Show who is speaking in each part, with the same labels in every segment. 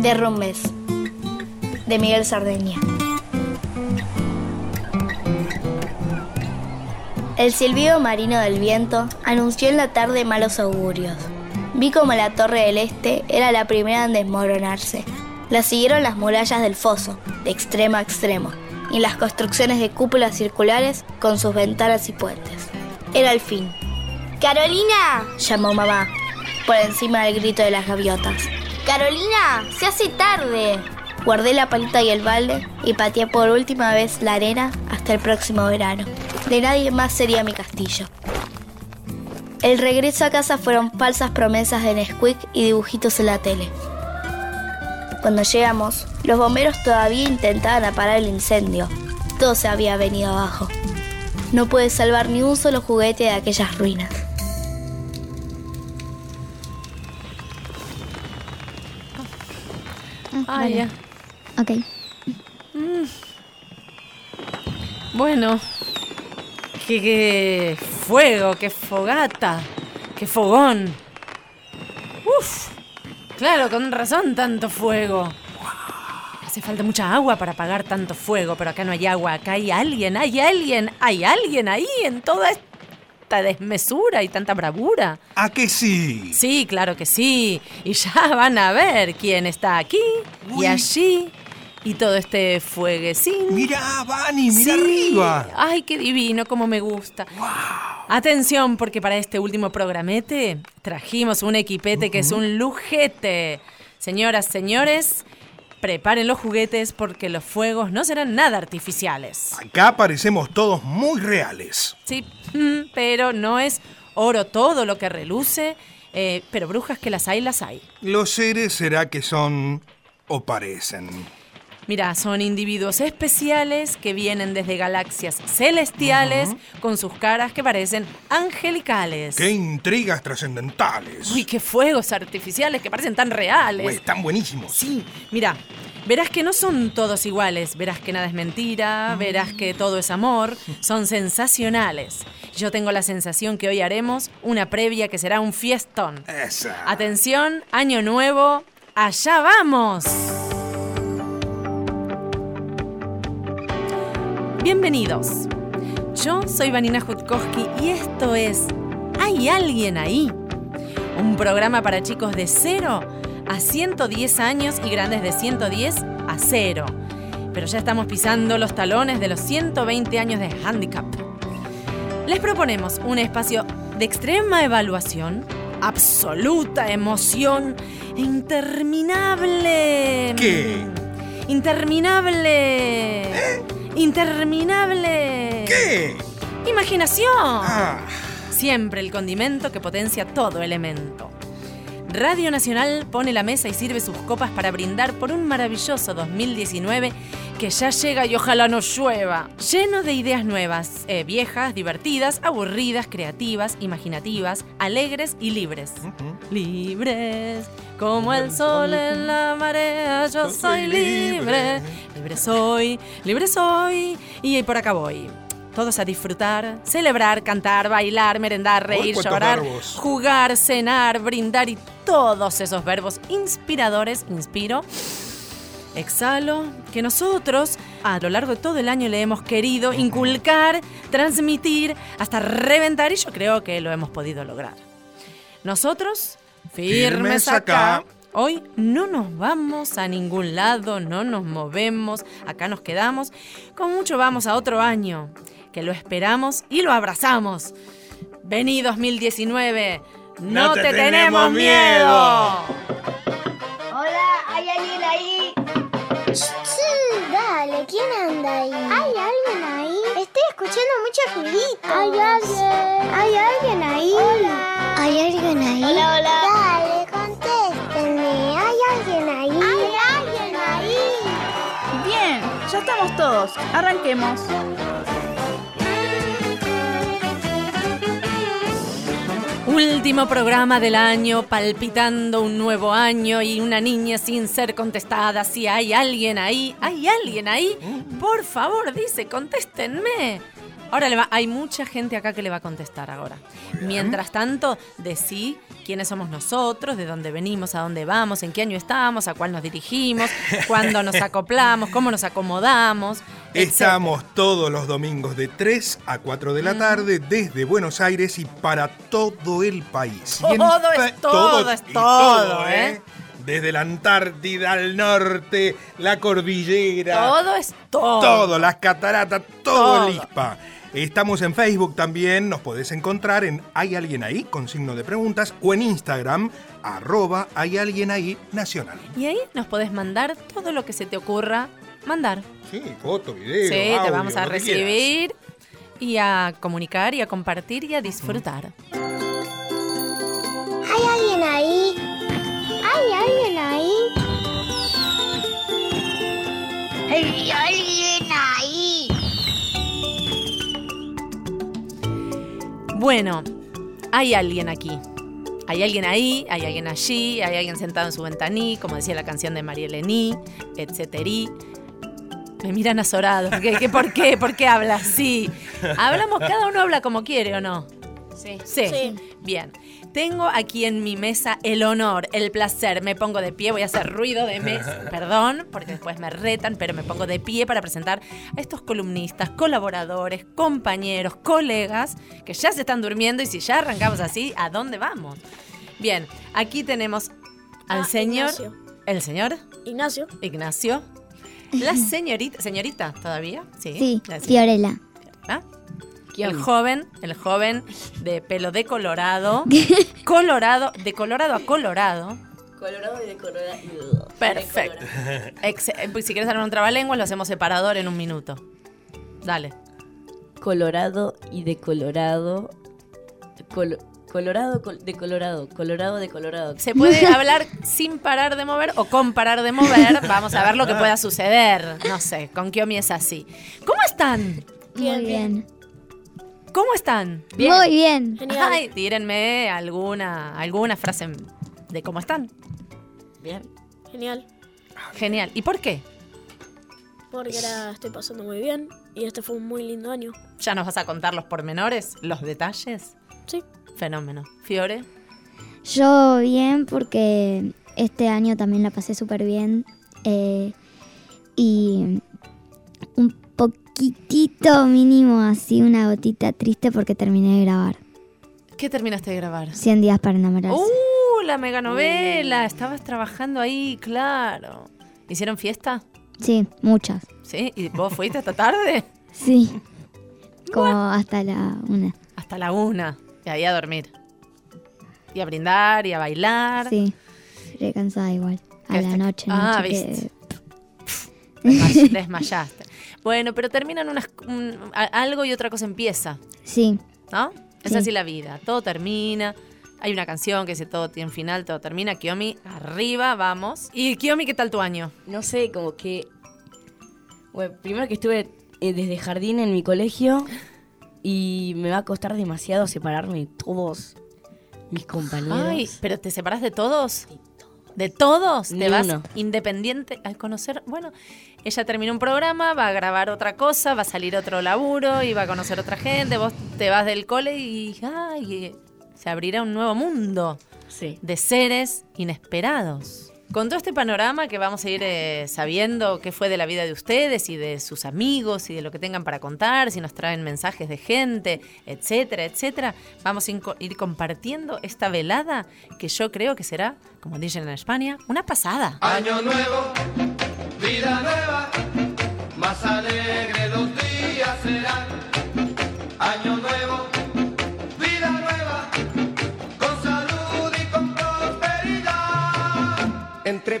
Speaker 1: Derrumbes, de Miguel Sardeña. El silbido marino del viento anunció en la tarde malos augurios. Vi como la torre del este era la primera en desmoronarse. La siguieron las murallas del foso, de extremo a extremo, y las construcciones de cúpulas circulares con sus ventanas y puentes. Era el fin.
Speaker 2: Carolina,
Speaker 1: Llamó mamá, por encima del grito de las gaviotas.
Speaker 2: Carolina, se hace tarde.
Speaker 1: Guardé la palita y el balde y pateé por última vez la arena hasta el próximo verano. De nadie más sería mi castillo. El regreso a casa fueron falsas promesas de Nesquik y dibujitos en la tele. Cuando llegamos, los bomberos todavía intentaban apagar el incendio. Todo se había venido abajo. No pude salvar ni un solo juguete de aquellas ruinas.
Speaker 3: Ah,
Speaker 4: Vale.
Speaker 3: ya. Mm.
Speaker 4: Ok.
Speaker 3: Bueno. Qué, qué fuego, qué fogata, qué fogón. Uf. Claro, con razón tanto fuego. Hace falta mucha agua para apagar tanto fuego, pero acá no hay agua. Acá hay alguien, hay alguien, hay alguien ahí en toda esta desmesura y tanta bravura.
Speaker 5: ¿A qué sí?
Speaker 3: Sí, claro que sí. Y ya van a ver quién está aquí
Speaker 5: Uy.
Speaker 3: y allí y todo este fueguecín.
Speaker 5: Mirá, Vani, mirá
Speaker 3: Sí.
Speaker 5: arriba.
Speaker 3: Ay, qué divino, cómo me gusta. Atención, porque para este último programete trajimos un equipete que es un lujete. Señoras, señores, preparen los juguetes porque los fuegos no serán nada artificiales.
Speaker 5: Acá parecemos todos muy reales.
Speaker 3: Sí, mm, pero no es oro todo lo que reluce, eh, pero brujas que las hay, las hay.
Speaker 5: Los seres será que son o parecen.
Speaker 3: Mira, son individuos especiales que vienen desde galaxias celestiales con sus caras que parecen angelicales.
Speaker 5: Qué intrigas trascendentales.
Speaker 3: Uy, qué fuegos artificiales que parecen tan reales.
Speaker 5: Güey, están buenísimos.
Speaker 3: Sí, mira, verás que no son todos iguales, verás que nada es mentira, verás que todo es amor, son sensacionales. Yo tengo la sensación que hoy haremos una previa que será un fiestón.
Speaker 5: Esa.
Speaker 3: Atención, año nuevo, allá vamos. Bienvenidos. Yo soy Vanina Jutkowski y esto es ¿Hay alguien ahí? Un programa para chicos de 0 a 110 años y grandes de 110 a 0. Pero ya estamos pisando los talones de los 120 años de handicap. Les proponemos un espacio de extrema evaluación, absoluta emoción e interminable.
Speaker 5: ¿Qué?
Speaker 3: Interminable. Interminable.
Speaker 5: ¿Qué?
Speaker 3: Imaginación.
Speaker 5: Ah,
Speaker 3: Siempre el condimento que potencia todo elemento. Radio Nacional pone la mesa y sirve sus copas para brindar por un maravilloso 2019 que ya llega y ojalá no llueva. Lleno de ideas nuevas, eh, viejas, divertidas, aburridas, creativas, imaginativas, alegres y libres. Libres, como el sol en la marea, yo soy libre. Libre soy, libre soy, y por acá voy. Todos a disfrutar, celebrar, cantar, bailar, merendar,
Speaker 5: Uy,
Speaker 3: reír,
Speaker 5: cuántos
Speaker 3: llorar,
Speaker 5: verbos.
Speaker 3: jugar, cenar, brindar y todos esos verbos inspiradores, inspiro, exhalo, que nosotros a lo largo de todo el año le hemos querido inculcar, transmitir, hasta reventar y yo creo que lo hemos podido lograr. Nosotros, firmes
Speaker 5: Firmes acá.
Speaker 3: acá. Hoy no nos vamos a ningún lado, no nos movemos, acá nos quedamos. Con mucho vamos a otro año, que lo esperamos y lo abrazamos. Vení 2019, no, te, tenemos miedo.
Speaker 2: Hola, ¿hay alguien ahí?
Speaker 6: Sí, dale, ¿quién anda ahí? ¿Hay alguien ahí? Estoy escuchando muchos ruiditos. ¿Hay alguien? ¿Hay alguien ahí? Hola. ¿Hay alguien ahí? Hola, hola. Dale, contéstenme. ¿Hay alguien ahí? ¿Hay alguien ahí?
Speaker 7: Bien, ya estamos todos. Arranquemos.
Speaker 3: Último programa del año, palpitando un nuevo año y una niña sin ser contestada. Si hay alguien ahí, hay alguien ahí, por favor, dice, contéstenme. Ahora le va- hay mucha gente acá que le va a contestar ahora. Mientras tanto, decí quiénes somos nosotros, de dónde venimos, a dónde vamos, en qué año estamos, a cuál nos dirigimos, cuándo nos acoplamos, cómo nos acomodamos. etcétera.
Speaker 5: Estamos todos los domingos de 3 a 4 de
Speaker 3: Mm.
Speaker 5: la tarde desde Buenos Aires y para todo el país. Y en
Speaker 3: Todo es
Speaker 5: fe-
Speaker 3: todo, es
Speaker 5: y
Speaker 3: todo, ¿eh?
Speaker 5: Desde la Antártida al norte, la cordillera,
Speaker 3: Todo es todo.
Speaker 5: todo, las cataratas, todo,
Speaker 3: Oh. Todo.
Speaker 5: Lispa. Estamos en Facebook también, nos podés encontrar en Hay alguien ahí con signo de preguntas o en Instagram, arroba Hay alguien ahí nacional.
Speaker 3: Y ahí nos podés mandar todo lo que se te ocurra mandar.
Speaker 5: Sí, foto, video.
Speaker 3: sí, te
Speaker 5: audio,
Speaker 3: vamos a
Speaker 5: lo que quieras.
Speaker 3: recibir y a comunicar y a compartir y a disfrutar.
Speaker 6: ¿Hay alguien ahí? ¿Hay alguien ahí? ¿Hay alguien ahí?
Speaker 3: Bueno, hay alguien aquí. Hay alguien ahí, hay alguien allí, hay alguien sentado en su ventaní, como decía la canción de María Elení, etcétera. Me miran azorados. ¿Qué, qué, por qué? ¿Por qué habla así? Hablamos, cada uno habla como quiere, ¿o no? Sí. sí. Bien. Tengo aquí en mi mesa el honor, el placer. Me pongo de pie, voy a hacer ruido de mesa. Perdón, porque después me retan, pero me pongo de pie para presentar a estos columnistas, colaboradores, compañeros, colegas, que ya se están durmiendo y si ya arrancamos así, ¿a dónde vamos? Bien, aquí tenemos al
Speaker 4: Ah,
Speaker 3: señor.
Speaker 4: Ignacio.
Speaker 3: ¿El señor?
Speaker 4: Ignacio.
Speaker 3: Ignacio. La señorita, señorita, ¿todavía? Sí.
Speaker 8: Sí,
Speaker 3: la señorita.
Speaker 8: Fiorella.
Speaker 3: Y
Speaker 8: Mm.
Speaker 3: el joven, el joven de pelo de colorado, colorado, de colorado a colorado.
Speaker 4: Colorado y de colorado.
Speaker 3: Perfecto. Ex- eh, pues si quieres armar un trabalenguas, lo hacemos separador en un minuto. Dale.
Speaker 4: Colorado y de colorado. Col- colorado col- de colorado. Colorado de colorado.
Speaker 3: Se puede hablar sin parar de mover o con parar de mover. Vamos a ver lo que pueda suceder. No sé, con Kiomi es así. ¿Cómo están?
Speaker 8: Muy bien.
Speaker 3: ¿Cómo están?
Speaker 8: Muy bien.
Speaker 4: Genial.
Speaker 3: Ay, tírenme alguna, alguna frase de cómo están.
Speaker 4: Bien. Genial.
Speaker 3: Genial. ¿Y por qué?
Speaker 4: Porque la estoy pasando muy bien. Y este fue un muy lindo año.
Speaker 3: ¿Ya nos vas a contar los pormenores, los detalles?
Speaker 4: Sí.
Speaker 3: Fenómeno. Fiore,
Speaker 8: Yo bien porque este año también la pasé súper bien. eh, y un poquitito mínimo, así una gotita triste porque terminé de grabar.
Speaker 3: ¿qué terminaste de grabar?
Speaker 8: 100 días para enamorarse.
Speaker 3: ¡Uh! La meganovela. Estabas trabajando ahí, claro. ¿Hicieron fiesta?
Speaker 8: Sí, muchas.
Speaker 3: ¿Sí? ¿Y vos fuiste hasta tarde?
Speaker 8: Sí. Como hasta la una.
Speaker 3: Hasta la una. Y ahí a dormir. Y a brindar, y a bailar.
Speaker 8: Sí. Re cansada igual. A
Speaker 3: Que
Speaker 8: la
Speaker 3: está-
Speaker 8: noche.
Speaker 3: Ah,
Speaker 8: noche que-
Speaker 3: viste. Desmay- Desmayaste. Bueno, pero terminan unas, un- a- algo y otra cosa empieza.
Speaker 8: Sí.
Speaker 3: ¿no? Es
Speaker 8: Sí.
Speaker 3: así la vida, todo termina. Hay una canción que dice todo tiene final, todo termina. Kiyomi, arriba, vamos. Y Kiyomi, ¿qué tal tu año?
Speaker 9: no sé, como que. Bueno, primero que estuve eh, desde jardín en mi colegio y me va a costar demasiado separarme de todos mis compañeros.
Speaker 3: Ay, pero te separas de todos. ¿De todos?
Speaker 9: Ni
Speaker 3: ¿Te vas
Speaker 9: uno.
Speaker 3: independiente a conocer? Bueno, ella terminó un programa, va a grabar otra cosa, va a salir otro laburo y va a conocer otra gente. Vos te vas del cole y ay, eh, se abrirá un nuevo mundo.
Speaker 9: Sí.
Speaker 3: de seres inesperados. Con todo este panorama que vamos a ir eh, sabiendo qué fue de la vida de ustedes y de sus amigos y de lo que tengan para contar, si nos traen mensajes de gente, etcétera, etcétera, vamos a inco- ir compartiendo esta velada que yo creo que será, como dicen en España, una pasada.
Speaker 10: Año nuevo, vida nueva, más alegre los días serán. Año nuevo, vida nueva, con salud y con prosperidad. Entre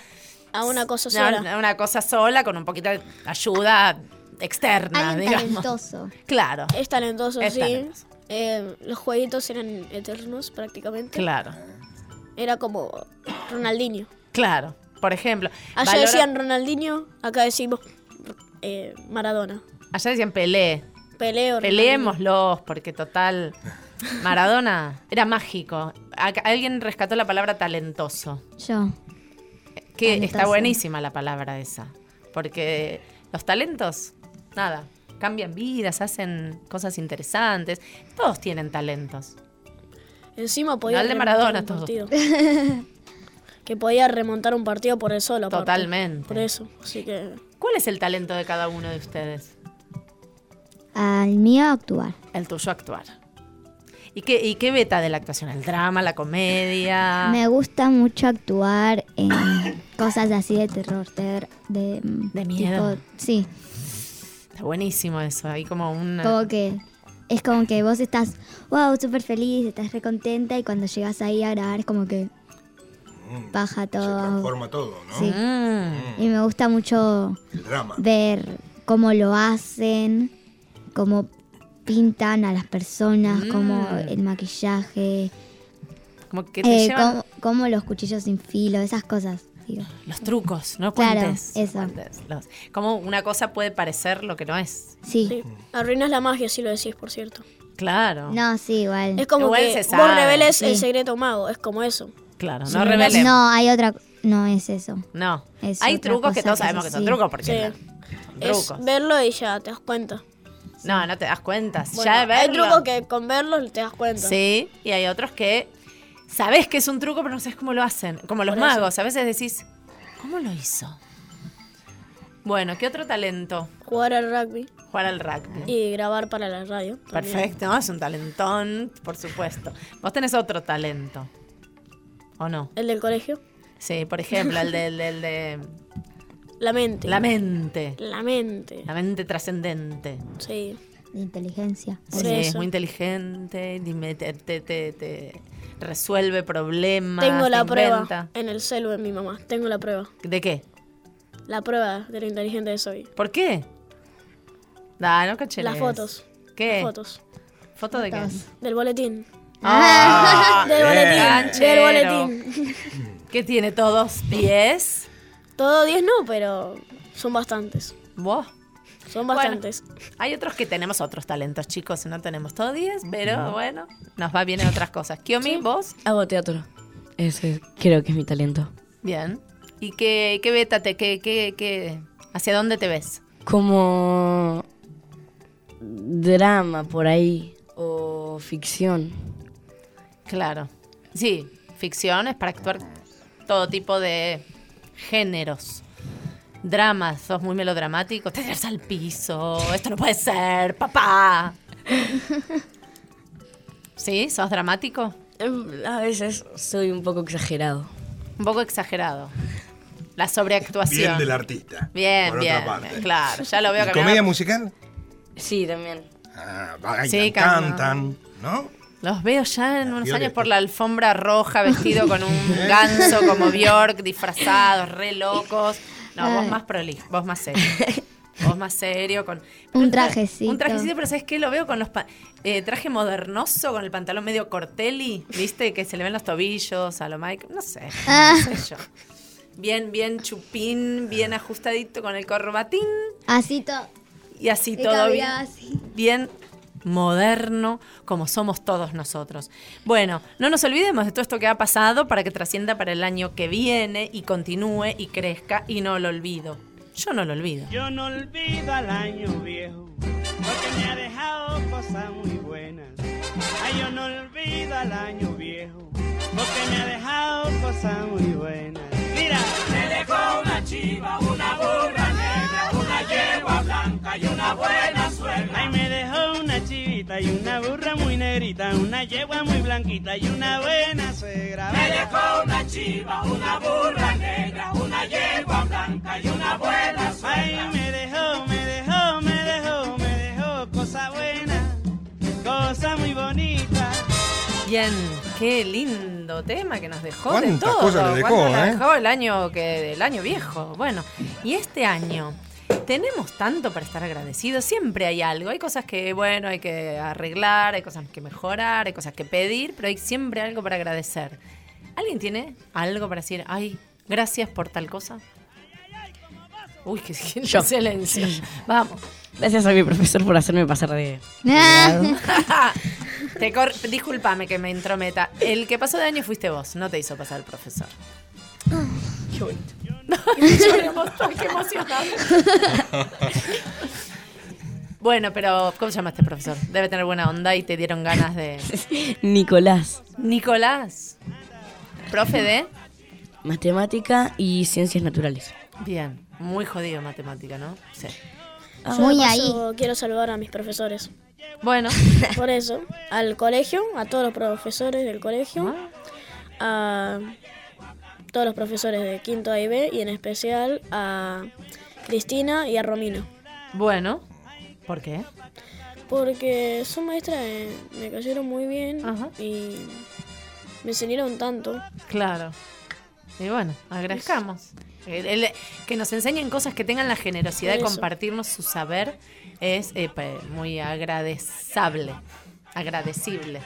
Speaker 11: A una cosa
Speaker 3: a
Speaker 11: sola.
Speaker 3: una- a una cosa sola con un poquito de ayuda externa,
Speaker 11: Alguien
Speaker 3: digamos.
Speaker 11: talentoso.
Speaker 3: Claro.
Speaker 11: Es talentoso,
Speaker 3: Es
Speaker 11: sí.
Speaker 3: talentoso.
Speaker 11: Eh, los jueguitos eran eternos prácticamente.
Speaker 3: Claro.
Speaker 11: Era como Ronaldinho.
Speaker 3: Claro. Por ejemplo.
Speaker 11: Allá
Speaker 3: valora-
Speaker 11: decían Ronaldinho, acá decimos eh, Maradona.
Speaker 3: allá decían Pelé.
Speaker 11: Peleo,
Speaker 3: Peleémoslos, porque total. Maradona era mágico. Ac- Alguien rescató la palabra talentoso.
Speaker 8: Yo.
Speaker 3: Que está
Speaker 8: Talentoso.
Speaker 3: buenísima la palabra esa. Porque los talentos, nada, cambian vidas, hacen cosas interesantes. Todos tienen talentos.
Speaker 11: Encima podía
Speaker 3: Al de
Speaker 11: remontar
Speaker 3: Maradona
Speaker 11: un
Speaker 3: todo.
Speaker 11: partido. que podía remontar un partido por el solo. aparte.
Speaker 3: Totalmente.
Speaker 11: Por eso. Así que.
Speaker 3: ¿Cuál es el talento de cada uno de ustedes?
Speaker 8: Al mío actuar.
Speaker 3: El tuyo actuar. ¿Y qué, ¿Y qué beta de la actuación? ¿El drama, la comedia?
Speaker 8: Me gusta mucho actuar en cosas así de terror, ter- de, de
Speaker 3: miedo.
Speaker 8: sí,
Speaker 3: Está buenísimo eso. Hay como una...
Speaker 8: como que es como que vos estás, wow, súper feliz, estás recontenta y cuando llegas ahí a grabar es como que baja todo.
Speaker 5: Mm, transforma todo, ¿no?
Speaker 8: Sí.
Speaker 3: Ah.
Speaker 8: Y me gusta mucho
Speaker 5: El drama.
Speaker 8: ver cómo lo hacen, cómo pintan a las personas, cómo
Speaker 3: Mm.
Speaker 8: el maquillaje,
Speaker 3: Como que
Speaker 8: eh,
Speaker 3: te llevan
Speaker 8: cómo, cómo los cuchillos sin filo, esas cosas. digo.
Speaker 3: los trucos, ¿no?
Speaker 8: Claro,
Speaker 3: Cuentes,
Speaker 8: eso.
Speaker 3: cuentes, los- Cómo una cosa puede parecer lo que no es.
Speaker 8: Sí.
Speaker 11: Arruinas la magia si lo decís, por cierto.
Speaker 3: Claro.
Speaker 8: No, sí, igual.
Speaker 11: Es como
Speaker 3: Mm. Igual
Speaker 11: que
Speaker 3: se
Speaker 11: vos
Speaker 3: sabe.
Speaker 11: reveles el
Speaker 8: Sí.
Speaker 11: secreto mago. Es como eso.
Speaker 3: Claro,
Speaker 8: Sí,
Speaker 3: no revelemos.
Speaker 8: No, hay otra. No es eso.
Speaker 3: No.
Speaker 8: Es
Speaker 3: Hay
Speaker 8: otra
Speaker 3: trucos que
Speaker 8: cosa
Speaker 3: todos
Speaker 8: que
Speaker 3: sabemos
Speaker 8: se-
Speaker 3: que son
Speaker 8: sí.
Speaker 3: trucos, porque
Speaker 11: Sí.
Speaker 3: son
Speaker 11: Es
Speaker 3: trucos.
Speaker 11: verlo y ya te das cuenta.
Speaker 3: No, no te das cuenta.
Speaker 11: Bueno,
Speaker 3: ya de
Speaker 11: Hay
Speaker 3: verlo-
Speaker 11: trucos que con verlos te das cuenta.
Speaker 3: Sí, y hay otros que sabes que es un truco, pero no sabes cómo lo hacen. Como los
Speaker 11: Por eso.
Speaker 3: magos, a veces decís, ¿cómo lo hizo? Bueno, ¿qué otro talento?
Speaker 11: Jugar al rugby
Speaker 3: Jugar al rugby.
Speaker 11: y grabar para la radio. también.
Speaker 3: Perfecto, es un talentón, por supuesto. Vos tenés otro talento, ¿o no?
Speaker 11: El del colegio.
Speaker 3: Sí, por ejemplo, el del, del de
Speaker 11: La mente.
Speaker 3: la mente.
Speaker 11: La mente.
Speaker 3: La mente trascendente.
Speaker 11: Sí.
Speaker 8: De inteligencia.
Speaker 3: Sí, es muy inteligente, dime, te, te- te- te resuelve problemas.
Speaker 11: Tengo la
Speaker 3: te
Speaker 11: prueba
Speaker 3: inventa.
Speaker 11: en el celu de mi mamá. Tengo la prueba.
Speaker 3: ¿De qué?
Speaker 11: La prueba de lo inteligente que soy.
Speaker 3: ¿Por qué? Da, no caché.
Speaker 11: Las fotos.
Speaker 3: ¿Qué?
Speaker 11: Las fotos.
Speaker 3: ¿Foto de qué?
Speaker 11: Del boletín.
Speaker 3: Ah,
Speaker 11: del boletín.
Speaker 3: Canchero.
Speaker 11: Del boletín.
Speaker 3: ¿Qué tiene todos? ¿10?
Speaker 11: Todo 10 no, pero son bastantes.
Speaker 3: ¿Vos?
Speaker 11: Son
Speaker 3: Bueno.
Speaker 11: bastantes.
Speaker 3: Hay otros que tenemos otros talentos, chicos. No tenemos todos 10, pero bueno, nos va bien en otras cosas. Kiomi, vos,
Speaker 9: Hago teatro. Ese creo que es mi talento.
Speaker 3: bien. ¿Y qué, qué beta te, qué, qué, qué, hacia dónde te ves?
Speaker 9: Como drama por ahí o ficción.
Speaker 3: Claro. Sí, ficciones para actuar todo tipo de géneros. Dramas, sos muy melodramático, te tiras al piso, esto no puede ser, papá. ¿Sí? ¿Sos dramático?
Speaker 9: Em, A veces soy un poco exagerado.
Speaker 3: Un poco exagerado. La sobreactuación.
Speaker 5: Bien del artista.
Speaker 3: Bien,
Speaker 5: por
Speaker 3: bien.
Speaker 5: otra parte.
Speaker 3: Claro, ya lo veo
Speaker 5: ¿Y
Speaker 3: caminando.
Speaker 5: ¿Comedia musical?
Speaker 9: Sí, también.
Speaker 5: Ah, bailan,
Speaker 3: Sí, cantan.
Speaker 5: cantan, ¿no?
Speaker 3: Los veo ya en unos
Speaker 5: Violeta.
Speaker 3: años por la alfombra roja, vestido con un ganso como Bjork, disfrazados, re locos. No, vos
Speaker 8: Ay.
Speaker 3: más prolijo, vos más serio. Vos más serio, con.
Speaker 8: Un trajecito.
Speaker 3: Un trajecito, pero ¿sabes qué? Lo veo con los. pa- eh, traje modernoso, con el pantalón medio cortelli, ¿viste? Que se le ven los tobillos a lo Mike. No sé.
Speaker 9: Ah.
Speaker 8: Ah.
Speaker 3: No sé yo. Bien, bien chupín, bien ajustadito con el corbatín
Speaker 8: Así todo.
Speaker 3: y así
Speaker 8: Y
Speaker 3: todo bien.
Speaker 8: caminaba así.
Speaker 3: Bien moderno como somos todos nosotros. Bueno, no nos olvidemos de todo esto que ha pasado para que trascienda para el año que viene y continúe y crezca y no lo olvido. Yo no lo olvido.
Speaker 12: Yo no olvido al año viejo, porque me ha dejado cosas muy buenas. Ay, yo no olvido al año viejo, porque me ha dejado cosas muy buenas. Mira, me dejó una chiva, una burra negra, una yegua blanca y una buena suegra. Ay, me dejó una chivita y una burra muy negrita, una yegua muy blanquita y una buena suegra. Me dejó una chiva, una burra negra, una yegua blanca y una buena suegra. Ay, me dejó, me dejó, me dejó, me dejó cosa buena, cosa muy bonita.
Speaker 3: Bien, qué lindo tema que nos dejó de
Speaker 5: ¿Cuántas
Speaker 3: todo.
Speaker 5: cosas nos dejó,
Speaker 3: ¿Cuánto nos
Speaker 5: eh?
Speaker 3: dejó el año que el año viejo. Bueno, y este año tenemos tanto para estar agradecidos. Siempre hay algo. Hay cosas que bueno hay que arreglar, hay cosas que mejorar, hay cosas que pedir, pero hay siempre algo para agradecer. ¿Alguien tiene algo para decir? Ay, gracias por tal cosa. Uy, qué
Speaker 9: Yo.
Speaker 3: silencio. Vamos.
Speaker 9: Gracias a mi profesor por hacerme pasar de.
Speaker 3: Te cor- Disculpame que me intrometa. El que pasó de año fuiste vos, no te hizo pasar el profesor.
Speaker 9: Qué
Speaker 3: bonito. Lloremos, ay, qué emocionante. Bueno, pero ¿cómo se llama este profesor? Debe tener buena onda y te dieron ganas de.
Speaker 9: Nicolás.
Speaker 3: Nicolás. Profe de.
Speaker 9: Matemática y ciencias naturales.
Speaker 3: Bien. Muy jodido matemática, ¿no? Sí.
Speaker 11: Yo de paso Quiero saludar a mis profesores.
Speaker 3: Bueno.
Speaker 11: Por eso, al colegio, a todos los profesores del colegio, a todos los profesores de quinto A y B, y en especial a Cristina y a Romina.
Speaker 3: Bueno. ¿Por qué?
Speaker 11: Porque son maestras, eh, me cayeron muy bien y me enseñaron tanto.
Speaker 3: Claro. Y bueno, agradezcamos. El- el- que nos enseñen cosas que tengan la generosidad de
Speaker 11: Eso.
Speaker 3: compartirnos su saber es eh, pe- muy agradezable. Agradecible.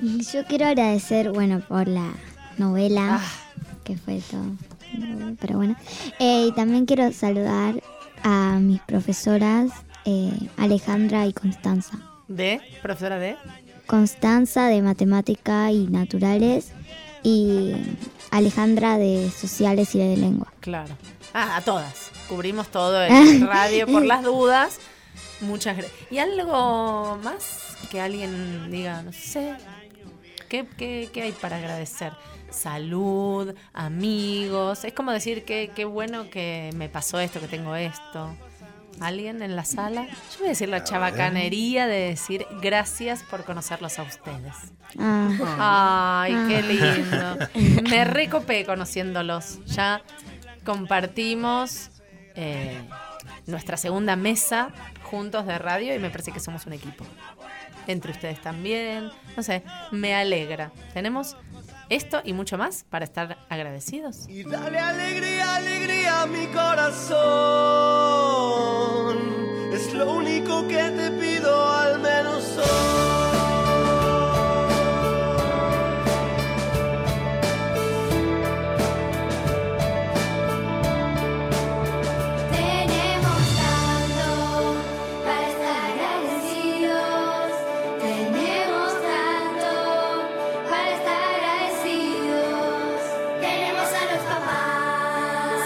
Speaker 8: Yo quiero agradecer, bueno, por la novela,
Speaker 3: Ah.
Speaker 8: que fue todo, pero bueno. Eh, y también quiero saludar a mis profesoras, eh, Alejandra y Constanza.
Speaker 3: ¿De? ¿Profesora de?
Speaker 8: Constanza de Matemática y Naturales y Alejandra de Sociales y de Lengua.
Speaker 3: Claro. Ah, a todas. Cubrimos todo el radio por las dudas. Muchas gracias. ¿Y algo más que alguien diga? No sé. ¿Qué, qué, qué hay para agradecer? Salud, amigos. Es como decir que qué bueno que me pasó esto, que tengo esto. ¿Alguien en la sala? Yo voy a decir la chabacanería de decir gracias por conocerlos a ustedes.
Speaker 8: Ah.
Speaker 3: Ay,
Speaker 8: Ah.
Speaker 3: qué lindo. Me recopé conociéndolos. Ya compartimos eh, nuestra segunda mesa juntos de radio y me parece que somos un equipo. Entre ustedes también. No sé, me alegra. Tenemos esto y mucho más para estar agradecidos.
Speaker 10: Dale alegría, alegría a mi corazón. Es lo único que te pido, al menos hoy.
Speaker 13: Tenemos tanto para estar agradecidos. Tenemos tanto para estar agradecidos. Tenemos a los papás,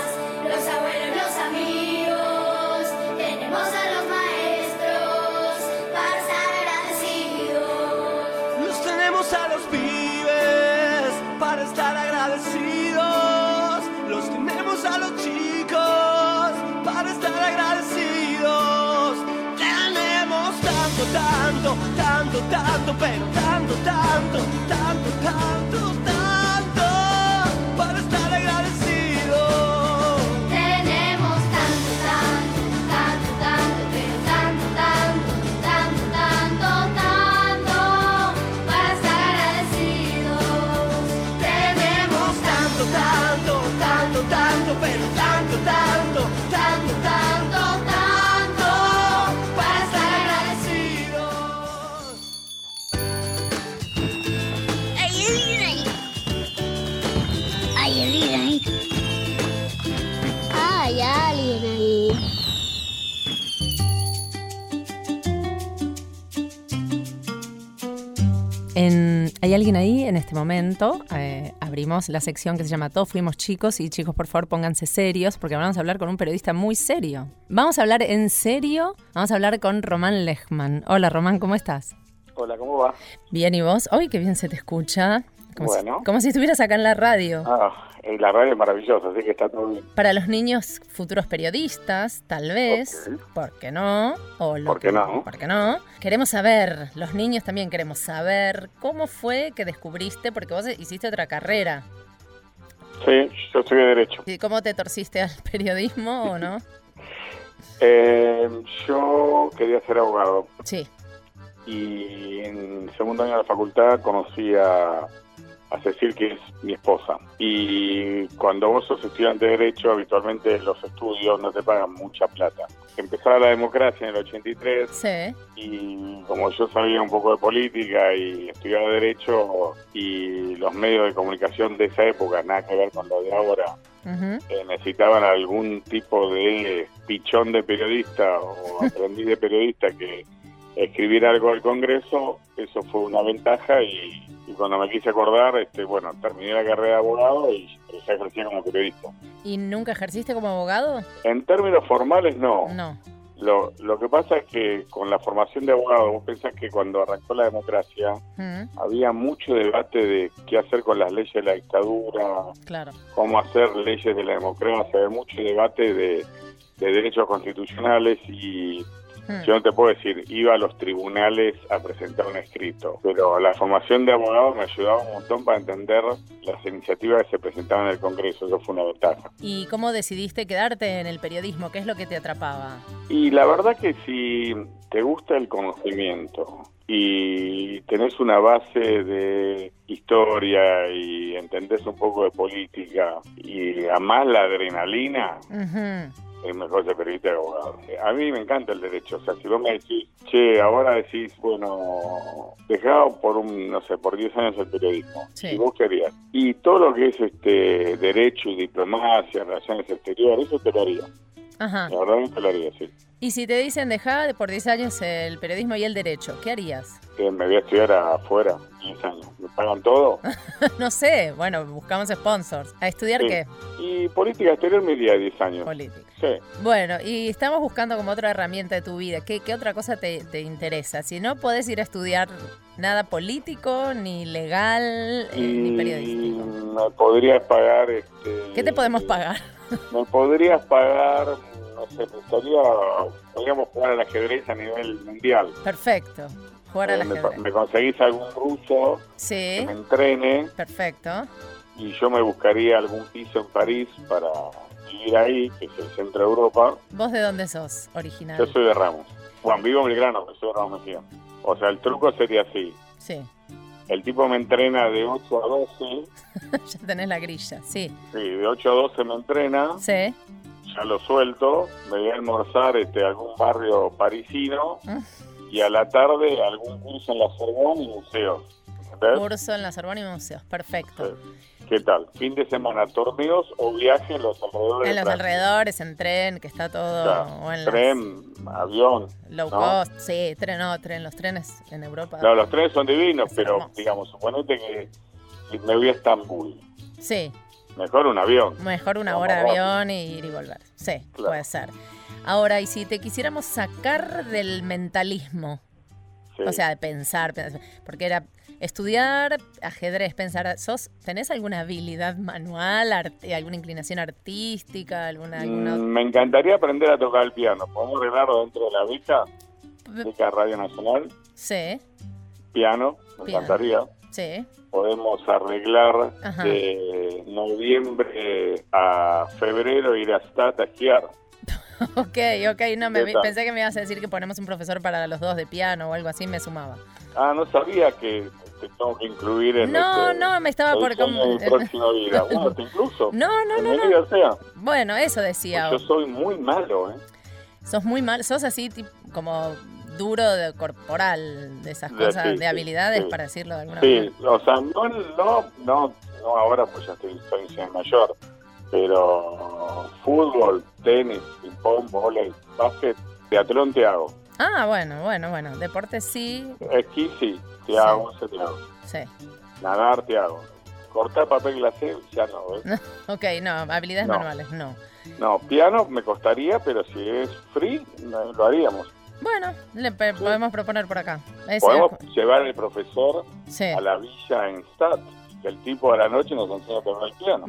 Speaker 13: los abuelos, los amigos. Tenemos a los maestros para estar agradecidos.
Speaker 10: Los tenemos a los pibes para estar agradecidos. Los tenemos a los chicos para estar agradecidos. Tenemos tanto, tanto, tanto, tanto, pero tanto, tanto, tanto, tanto, tanto para estar agradecidos.
Speaker 13: Tenemos tanto, tanto, tanto, tanto, pero tanto, tanto, tanto, tanto, tanto para estar agradecidos. Tenemos tanto, tanto, tanto, tanto, pero tanto, tanto, tanto, tanto, tanto para estar agradecidos.
Speaker 6: Ay, alguien ahí. Ay, alguien ahí. Ay, alguien ahí.
Speaker 3: En- Hay alguien ahí en este momento. eh, abrimos la sección que se llama Todos Fuimos Chicos. Y chicos, por favor, pónganse serios porque vamos a hablar con un periodista muy serio. Vamos a hablar en serio. Vamos a hablar con Román Lechman. Hola, Román, ¿cómo estás?
Speaker 14: Hola, ¿cómo va?
Speaker 3: Bien, ¿y vos? ¡Ay, qué bien se te escucha! Como,
Speaker 14: Bueno.
Speaker 3: si, como si estuvieras acá en la radio.
Speaker 14: Ah, eh, la radio es maravillosa, así que está todo bien.
Speaker 3: Para los niños futuros periodistas, tal vez, ¿por qué no? O lo
Speaker 14: ¿Por qué
Speaker 3: que-
Speaker 14: no?
Speaker 3: ¿Por qué no? Queremos saber, los niños también queremos saber, ¿cómo fue que descubriste? Porque vos hiciste otra carrera.
Speaker 14: Sí, yo estudié Derecho.
Speaker 3: ¿Y ¿Cómo te torciste al periodismo o no?
Speaker 14: Eh, yo quería ser abogado
Speaker 3: Sí.
Speaker 14: y en segundo año de la facultad conocí a, a Cecil, que es mi esposa. Y cuando vos sos estudiante de Derecho, habitualmente los estudios no te pagan mucha plata. Empezaba la democracia en el 83
Speaker 3: Sí.
Speaker 14: y como yo sabía un poco de política y estudiaba Derecho y los medios de comunicación de esa época, nada que ver con lo de ahora, eh, necesitaban algún tipo de pichón de periodista o aprendiz de periodista que escribir algo al Congreso, eso fue una ventaja y, y cuando me quise acordar, este, bueno, terminé la carrera de abogado y empecé a ejercer como periodista.
Speaker 3: ¿Y nunca ejerciste como abogado?
Speaker 14: En términos formales, no.
Speaker 3: No.
Speaker 14: Lo, lo que pasa es que con la formación de abogado, vos pensás que cuando arrancó la democracia había mucho debate de qué hacer con las leyes de la dictadura,
Speaker 3: Claro.
Speaker 14: cómo hacer leyes de la democracia, hay mucho debate de, de derechos constitucionales y
Speaker 3: Hmm.
Speaker 14: yo no te puedo decir, iba a los tribunales a presentar un escrito, pero la formación de abogado me ayudaba un montón para entender las iniciativas que se presentaban en el Congreso, eso fue una ventaja.
Speaker 3: ¿Y cómo decidiste quedarte en el periodismo? ¿Qué es lo que te atrapaba?
Speaker 14: Y la verdad que si te gusta el conocimiento y tenés una base de historia y entendés un poco de política y amás la adrenalina, es mejor ser periodista de abogado. A mí me encanta el derecho, o sea, si vos me decís, che, ahora decís, bueno, dejado por un, no sé, por 10 años el periodismo,
Speaker 3: Sí.
Speaker 14: y vos querías, y todo lo que es este derecho y diplomacia, relaciones exteriores, eso te lo haría,
Speaker 3: Ajá.
Speaker 14: la verdad que te lo haría, sí.
Speaker 3: Y si te dicen dejá por 10 años el periodismo y el derecho, ¿qué harías?
Speaker 14: Que me voy a estudiar afuera, 10 años, me pagan todo.
Speaker 3: no sé, bueno, buscamos sponsors. ¿A estudiar
Speaker 14: Sí.
Speaker 3: qué?
Speaker 14: Y política exterior me iría 10 años.
Speaker 3: Política.
Speaker 14: Sí.
Speaker 3: Bueno, y estamos buscando como otra herramienta de tu vida. ¿Qué, qué otra cosa te, te interesa? Si no podés ir a estudiar nada político, ni legal, eh, ni periodista.
Speaker 14: Y me podrías pagar, este,
Speaker 3: ¿Qué te podemos pagar?
Speaker 14: me podrías pagar, no sé, me gustaría, podríamos jugar al ajedrez a nivel mundial.
Speaker 3: Perfecto. Jugar a
Speaker 14: Eh,
Speaker 3: la
Speaker 14: me, me conseguís algún ruso que
Speaker 3: Sí,
Speaker 14: me entrene
Speaker 3: perfecto.
Speaker 14: y yo me buscaría algún piso en París para vivir ahí, que es el centro de Europa.
Speaker 3: ¿Vos de dónde sos original?
Speaker 14: Yo soy de Ramos. Juan, vivo en Belgrano, pero soy de Ramos Mejía. O sea, el truco sería así.
Speaker 3: Sí,
Speaker 14: El tipo me entrena de 8 a 12.
Speaker 3: ya tenés la grilla, sí.
Speaker 14: Sí, de 8 a 12 me entrena.
Speaker 3: Sí.
Speaker 14: Ya lo suelto. Me voy a almorzar este, a algún barrio parisino.
Speaker 3: Mm.
Speaker 14: Y a la tarde algún curso en la Sorbona y museos. ¿Entendés?
Speaker 3: Curso en la Sorbona y Museos,
Speaker 14: Eh,
Speaker 3: perfecto.
Speaker 14: ¿Qué tal? Fin de semana, torneos o viaje en los alrededores.
Speaker 3: En
Speaker 14: de
Speaker 3: los
Speaker 14: Francia.
Speaker 3: alrededores, en tren, que está todo.
Speaker 14: Claro,
Speaker 3: o en las-
Speaker 14: Tren, avión.
Speaker 3: Low
Speaker 14: ¿no?
Speaker 3: cost, sí, tren, no, tren, los trenes en Europa.
Speaker 14: No, los trenes son divinos, pero digamos, suponete que que me voy a Estambul.
Speaker 3: Sí,
Speaker 14: Mejor un avión.
Speaker 3: mejor una
Speaker 14: Vamos
Speaker 3: hora de
Speaker 14: rápido.
Speaker 3: avión y ir y volver. Sí,
Speaker 14: Claro.
Speaker 3: puede ser. Ahora, y si te quisiéramos sacar del mentalismo,
Speaker 14: Sí.
Speaker 3: o sea, de pensar, pensar, porque era estudiar, ajedrez, pensar, ¿sos, ¿tenés alguna habilidad manual, arte- alguna inclinación artística, alguna, alguna
Speaker 14: Mm, Me encantaría aprender a tocar el piano. ¿Podemos arreglarlo dentro de la beca? Beca Radio Nacional,
Speaker 3: Sí,
Speaker 14: piano, me
Speaker 3: Piano.
Speaker 14: encantaría.
Speaker 3: sí.
Speaker 14: Podemos arreglar
Speaker 3: Ajá.
Speaker 14: de noviembre a febrero ir a Stata a esquiar.
Speaker 3: Ok, ok, no, me,
Speaker 14: ¿Qué
Speaker 3: vi-
Speaker 14: tal?
Speaker 3: pensé que me ibas a decir que ponemos un profesor para los dos de piano o algo así, me sumaba.
Speaker 14: Ah, no sabía que te tengo que incluir en
Speaker 3: No,
Speaker 14: este-
Speaker 3: no, me estaba
Speaker 14: el
Speaker 3: por
Speaker 14: diseño
Speaker 3: com-
Speaker 14: de mi próxima vida. Bueno, te incluso.
Speaker 3: No, no, no,
Speaker 14: Bienvenido sea.
Speaker 3: Bueno, eso decía.
Speaker 14: Yo soy muy malo, ¿eh?
Speaker 3: Sos muy mal, sos así tip- como duro de corporal, de esas
Speaker 14: De-
Speaker 3: cosas,
Speaker 14: sí,
Speaker 3: de
Speaker 14: sí,
Speaker 3: habilidades,
Speaker 14: sí.
Speaker 3: para decirlo de alguna
Speaker 14: Sí,
Speaker 3: manera.
Speaker 14: o sea, no, no, no, no ahora pues ya estoy, soy señor mayor, pero fútbol, tenis, ping-pong, volei, básquet, teatrón te hago,
Speaker 3: Ah, bueno, bueno, bueno. Deporte sí,
Speaker 14: esquí sí, te hago, se te hago,
Speaker 3: sí.
Speaker 14: nadar te hago, cortar papel glacé ya no, ¿eh?
Speaker 3: Ok, no, habilidades
Speaker 14: No.
Speaker 3: manuales, no.
Speaker 14: No, piano me costaría, pero si es free, no- lo haríamos.
Speaker 3: Bueno, le pe- podemos proponer por acá. Es-
Speaker 14: Podemos llevar al profesor
Speaker 3: Sí.
Speaker 14: a la villa en Stat, que el tipo a la noche nos enseña a tocar el piano.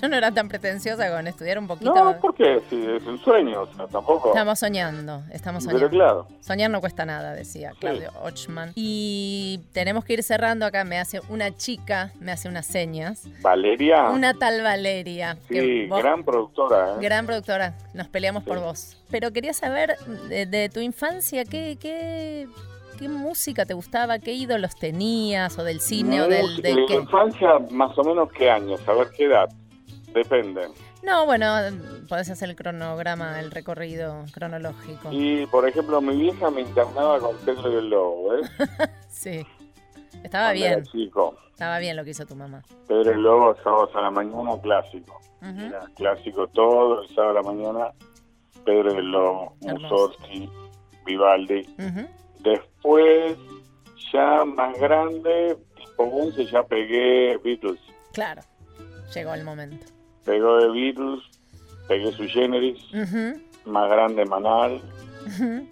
Speaker 3: Yo no era tan pretenciosa con estudiar un poquito.
Speaker 14: No, porque si es un sueño, o sea, tampoco...
Speaker 3: Estamos soñando, estamos soñando.
Speaker 14: Pero claro.
Speaker 3: Soñar no cuesta nada, decía Claudio Ochman. Y tenemos que ir cerrando acá. Me hace una chica, me hace unas señas.
Speaker 14: Valeria,
Speaker 3: Una tal Valeria.
Speaker 14: Ah. sí,
Speaker 3: vos-
Speaker 14: gran productora. ¿eh?
Speaker 3: gran productora. Nos peleamos por vos. Pero quería saber de, de tu infancia, ¿qué, qué, qué música te gustaba? ¿Qué ídolos tenías? ¿O del cine? ¿O del,
Speaker 14: Música,
Speaker 3: de
Speaker 14: de
Speaker 3: qué?
Speaker 14: infancia, más o menos qué años, a ver qué edad. Depende.
Speaker 3: No, bueno, podés hacer el cronograma, el recorrido cronológico.
Speaker 14: Y, por ejemplo, mi vieja me internaba con Pedro y el Lobo, ¿eh?
Speaker 3: Sí. Estaba
Speaker 14: Cuando era
Speaker 3: bien,
Speaker 14: chico.
Speaker 3: estaba bien lo que hizo tu mamá.
Speaker 14: Pedro y el Lobo, sábados a la mañana, clásico.
Speaker 3: Ujú.
Speaker 14: Era clásico todo, el sábado a la mañana, Pedro y el Lobo, Mussorgsky, Vivaldi.
Speaker 3: Ujú.
Speaker 14: Después, ya más grande, tipo 11, ya pegué Beatles.
Speaker 15: Claro, llegó el momento.
Speaker 14: Pegó de Beatles, pegué su generis,
Speaker 15: Ujú,
Speaker 14: más grande Manal.
Speaker 15: ujú.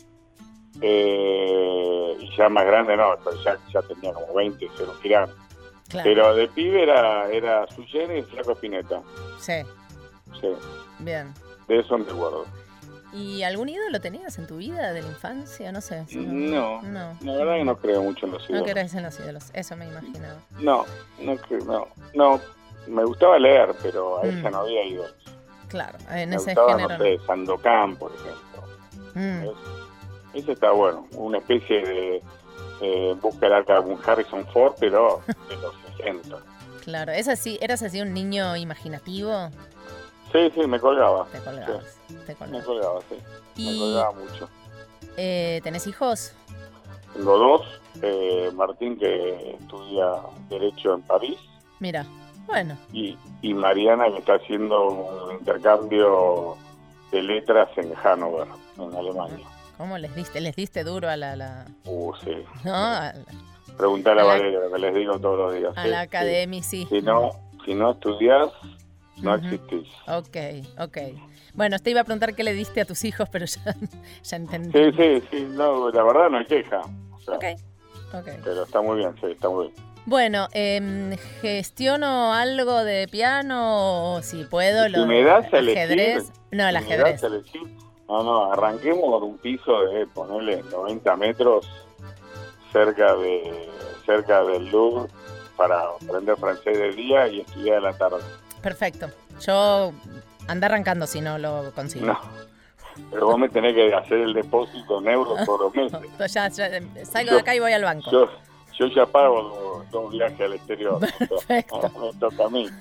Speaker 14: Eh, y ya más grande no, pero ya, ya tenía como 20, se lo tiraron.
Speaker 15: Claro.
Speaker 14: Pero de pibe era, era su y Flaco Pineta.
Speaker 15: Sí,
Speaker 14: Sí,
Speaker 15: bien.
Speaker 14: de eso me acuerdo.
Speaker 15: ¿Y algún ídolo tenías en tu vida, de la infancia? No sé.
Speaker 14: Mm, No,
Speaker 15: No.
Speaker 14: la verdad que no creo mucho en los
Speaker 15: No
Speaker 14: ídolos.
Speaker 15: querés en los ídolos, eso me imaginaba.
Speaker 14: No, no creo, no. No, me gustaba leer, pero a esa
Speaker 15: Mm.
Speaker 14: no había ido.
Speaker 15: Claro, en
Speaker 14: me
Speaker 15: ese
Speaker 14: gustaba,
Speaker 15: género.
Speaker 14: no
Speaker 15: no.
Speaker 14: sé, Sandokan, por ejemplo.
Speaker 15: Mm,
Speaker 14: Ese está bueno, una especie de eh, busca el arca con Harrison Ford, pero de los 60.
Speaker 15: claro, ¿Es así, ¿eras así un niño imaginativo?
Speaker 14: Sí, sí, me colgaba.
Speaker 15: Te colgabas,
Speaker 14: Sí.
Speaker 15: te
Speaker 14: Me colgaba, sí.
Speaker 15: Y-
Speaker 14: Me colgaba mucho.
Speaker 15: Eh, ¿Tenés hijos?
Speaker 14: Tengo dos, eh, Martín que estudia Derecho en París
Speaker 15: Mira, bueno,
Speaker 14: y, y Mariana que está haciendo un intercambio de letras en Hannover, en Alemania.
Speaker 15: ¿cómo les diste? ¿Les diste duro a la... la-
Speaker 14: Uh, sí.
Speaker 15: ¿No? A,
Speaker 14: Preguntale a
Speaker 15: A la-
Speaker 14: Valeria, que les digo todos los días.
Speaker 15: a
Speaker 14: sí,
Speaker 15: la
Speaker 14: sí.
Speaker 15: academia, sí.
Speaker 14: Si no, si no estudias, no
Speaker 15: Ujú.
Speaker 14: existís.
Speaker 15: Ok, ok. Bueno, te iba a preguntar qué le diste a tus hijos, pero ya, ya entendí.
Speaker 14: Sí, sí, sí, no, la verdad no hay queja. o sea,
Speaker 15: Ok, ok.
Speaker 14: Pero está muy bien, sí, está muy bien.
Speaker 15: Bueno, em, ¿gestiono algo de piano o si puedo?
Speaker 14: Si
Speaker 15: Lo
Speaker 14: me das a
Speaker 15: el
Speaker 14: elegir,
Speaker 15: ajedrez. No, el
Speaker 14: si me das
Speaker 15: ajedrez.
Speaker 14: a elegir, no, no, arranquemos con un piso de, ponerle 90 metros cerca de cerca del Louvre para aprender francés de día y estudiar de la tarde.
Speaker 15: Perfecto. Yo anda arrancando si no lo consigo.
Speaker 14: No. Pero vos me tenés que hacer el depósito en euros todos los meses.
Speaker 15: Entonces ya, ya salgo de acá y voy al banco.
Speaker 14: Yo, yo ya pago todo un viaje al exterior.
Speaker 15: Perfecto.
Speaker 14: Me toca a mí.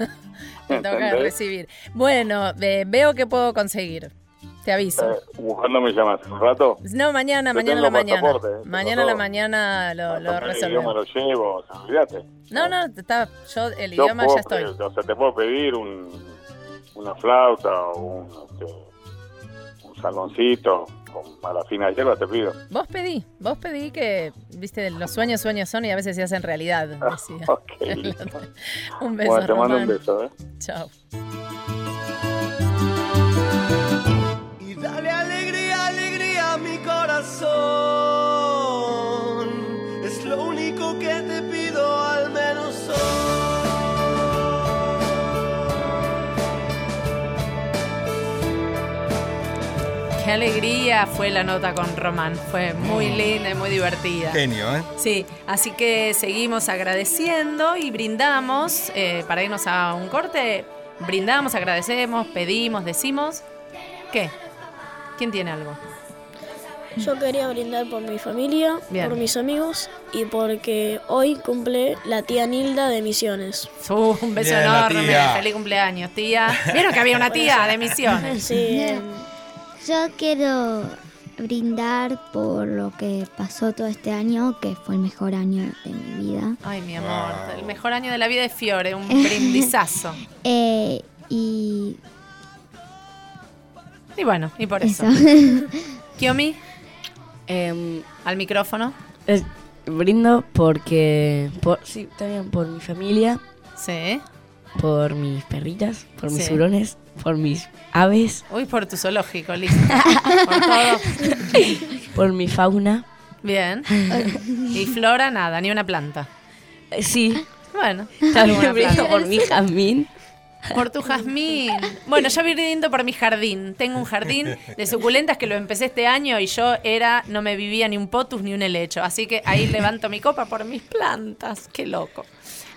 Speaker 15: Me toca
Speaker 14: ¿Entendés?
Speaker 15: recibir. Bueno, eh, veo que puedo conseguir. Te aviso.
Speaker 14: Eh, ¿Cuándo me llamas? ¿Un rato?
Speaker 15: No, mañana,
Speaker 14: Yo
Speaker 15: mañana a la
Speaker 14: tengo
Speaker 15: mañana.
Speaker 14: pasaporte, ¿eh? Tengo
Speaker 15: Mañana a la
Speaker 14: todo.
Speaker 15: mañana lo, lo
Speaker 14: Tomé el idioma
Speaker 15: resolvemos.
Speaker 14: lo llevo, o sea, olvídate.
Speaker 15: No, no, está, yo el
Speaker 14: Yo
Speaker 15: idioma
Speaker 14: puedo
Speaker 15: ya estoy.
Speaker 14: pedir, o sea, te puedo pedir un, una flauta o un, este, un saloncito con a la fina hierba, te pido.
Speaker 15: Vos pedí, vos pedí que, viste, los sueños, sueños son y a veces se hacen realidad. decía. un beso.
Speaker 14: bueno, te mando un
Speaker 15: Román.
Speaker 14: beso, ¿eh?
Speaker 15: Chao.
Speaker 10: y dale alegría, alegría a mi corazón. Es lo único que te pido al menos hoy.
Speaker 3: Qué alegría fue la nota con Román. Fue muy linda y muy divertida.
Speaker 5: Genio, ¿eh?
Speaker 3: Sí, así que seguimos agradeciendo y brindamos, eh, para irnos a un corte, brindamos, agradecemos, pedimos, decimos. ¿Qué? ¿Quién tiene algo?
Speaker 11: Yo quería brindar por mi familia,
Speaker 3: Bien.
Speaker 11: por mis amigos y porque hoy cumple la tía Nilda de Misiones.
Speaker 3: un beso Bien, la enorme, tía. feliz cumpleaños, tía. Ah, Vieron que había una tía de Misiones.
Speaker 11: Sí.
Speaker 8: Yo quiero brindar por lo que pasó todo este año, que fue el mejor año de mi vida.
Speaker 3: Ay, mi amor, el mejor año de la vida de Fiore, un brindizazo.
Speaker 8: Eh, y
Speaker 3: Y bueno, y por eso.
Speaker 8: Eso.
Speaker 3: Kiomi, al micrófono.
Speaker 9: Es- brindo porque. Por, sí, también por mi familia.
Speaker 3: Sí.
Speaker 9: Por mis perritas, por mis
Speaker 3: Sí.
Speaker 9: hurones, por mis aves,
Speaker 3: Uy, por tu zoológico, listo. Por todo.
Speaker 9: por mi fauna.
Speaker 3: Bien. Y flora, nada, ni una planta.
Speaker 9: Eh, Sí.
Speaker 3: Bueno, alguna
Speaker 9: También brindo
Speaker 3: planta.
Speaker 9: por mi jazmín.
Speaker 3: Por tu jazmín. Bueno, yo brindo por mi jardín. Tengo un jardín de suculentas que lo empecé este año y yo era, no me vivía ni un potus ni un helecho. Así que ahí levanto mi copa por mis plantas. Qué loco.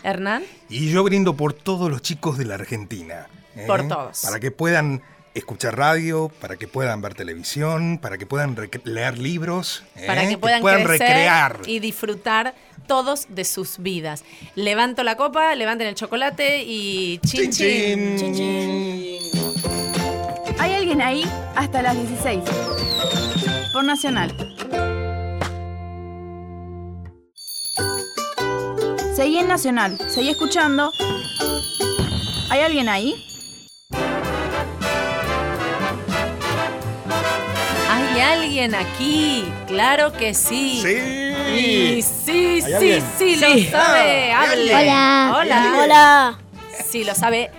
Speaker 3: Hernán,
Speaker 5: Y yo brindo por todos los chicos de la Argentina. ¿eh?
Speaker 3: Por todos.
Speaker 5: Para que puedan escuchar radio, para que puedan ver televisión, para que puedan rec- leer libros. ¿eh?
Speaker 3: para que puedan, crecer
Speaker 5: recrear.
Speaker 3: y disfrutar todos de sus vidas. Levanto la copa, levanten el chocolate y chin chin. chin, chin.
Speaker 7: Hay alguien ahí hasta las 16. Por Nacional. Seguí en Nacional. Seguí escuchando. ¿Hay alguien ahí?
Speaker 3: Hay alguien aquí? Claro que sí.
Speaker 5: Sí.
Speaker 3: Y sí,
Speaker 5: ¿Hay
Speaker 3: sí,
Speaker 5: alguien?
Speaker 3: sí,
Speaker 5: Sí.
Speaker 3: lo sabe.
Speaker 5: Ah, ¿hay
Speaker 3: Hable.
Speaker 5: alguien? Hola. ¿Hay
Speaker 3: Hola.
Speaker 5: alguien?
Speaker 3: Hola. Si lo sabe,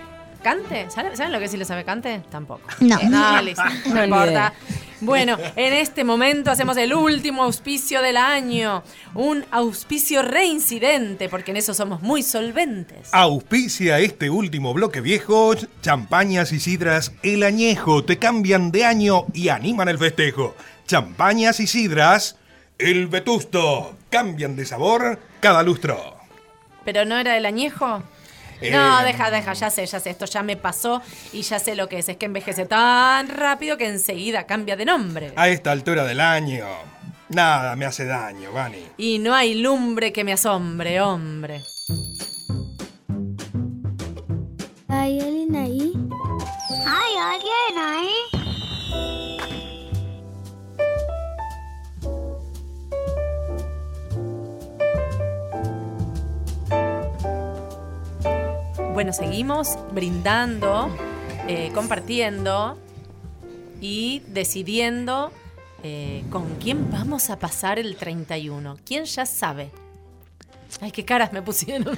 Speaker 3: cante. ¿Saben saben lo que es si lo sabe, cante? Tampoco. Eh,
Speaker 8: No.
Speaker 3: No, listo. No,
Speaker 8: No, ni
Speaker 3: importa.
Speaker 8: idea.
Speaker 3: Bueno, en este momento hacemos el último auspicio del año. Un auspicio reincidente, porque en eso somos muy solventes.
Speaker 5: Auspicia este último bloque viejo, champañas y sidras El Añejo, te cambian de año y animan el festejo. Champañas y sidras El Vetusto, cambian de sabor cada lustro.
Speaker 3: ¿Pero no era el añejo?
Speaker 5: Eh,
Speaker 3: No, deja, deja, ya sé, ya sé, esto ya me pasó y ya sé lo que es, es que envejece tan rápido que enseguida cambia de nombre.
Speaker 5: A esta altura del año, nada me hace daño, Vani.
Speaker 3: Y no hay lumbre que me asombre, hombre.
Speaker 6: ¿Hay alguien ahí? ¿Hay alguien ahí?
Speaker 3: Bueno, seguimos brindando, eh, compartiendo y decidiendo eh, con quién vamos a pasar el 31. ¿Quién ya sabe? Ay, qué caras me pusieron.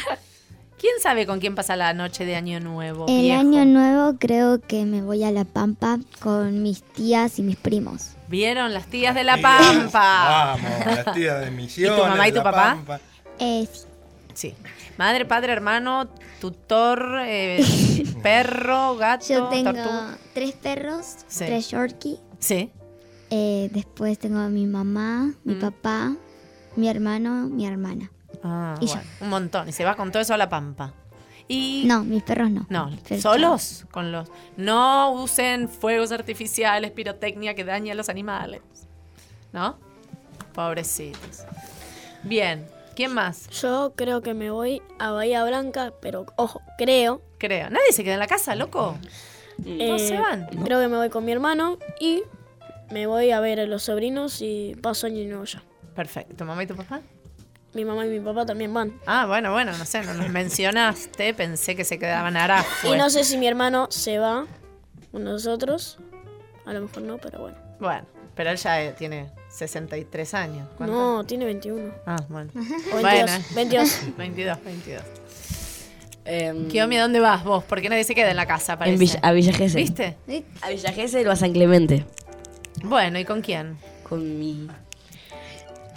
Speaker 3: ¿Quién sabe con quién pasa la noche de Año Nuevo?
Speaker 8: El
Speaker 3: viejo?
Speaker 8: año nuevo creo que me voy a La Pampa con mis tías y mis primos.
Speaker 3: ¿Vieron las tías de la Pampa?
Speaker 5: Vamos, las tías de Misiones.
Speaker 3: mamá y
Speaker 5: de
Speaker 3: tu
Speaker 5: La
Speaker 3: papá?
Speaker 5: Pampa.
Speaker 8: Eh,
Speaker 3: Sí. Madre, padre, hermano, tutor, eh, perro, gato,
Speaker 8: Yo tengo
Speaker 3: tortuga.
Speaker 8: tres perros,
Speaker 3: Sí.
Speaker 8: tres Yorkie.
Speaker 3: Sí. Mm.
Speaker 8: Eh, después tengo a mi mamá, mi papá, mi hermano, mi hermana.
Speaker 3: Ah,
Speaker 8: Y
Speaker 3: bueno, un montón. Y se va con todo eso a la Pampa. Y
Speaker 8: No, mis perros no.
Speaker 3: No,
Speaker 8: Mis perros-
Speaker 3: solos con los. No usen fuegos artificiales, pirotecnia que daña a los animales. ¿No? Pobrecitos. Bien. ¿Quién más?
Speaker 11: Yo creo que me voy a Bahía Blanca, pero ojo, creo. Eh,
Speaker 3: Creo. Nadie se queda en la casa, loco. Todos se van.
Speaker 11: Creo que me voy con mi hermano y me voy a ver a los sobrinos y paso año nuevo ya.
Speaker 3: Perfecto. ¿Tu mamá y tu papá?
Speaker 11: Mi mamá y mi papá también van.
Speaker 3: Ah, bueno, bueno, no sé, no nos mencionaste. Pensé que se quedaban hará.
Speaker 11: Y no sé si mi hermano se va con nosotros. A lo mejor no, pero bueno.
Speaker 3: Bueno, pero él ya eh, tiene 63 años. ¿Cuánto?
Speaker 11: No, tiene 21.
Speaker 3: Ah, bueno.
Speaker 11: O 22.
Speaker 3: Bueno.
Speaker 11: 22.
Speaker 3: 22, 22. Kiomi, ¿a dónde vas vos? Porque nadie se queda en la casa,
Speaker 9: Em,
Speaker 3: parece.
Speaker 9: En Villa- a Villa Gesell.
Speaker 3: ¿Viste?
Speaker 9: A Villa Gesell o a San Clemente.
Speaker 3: Bueno, ¿y con quién?
Speaker 9: Con mi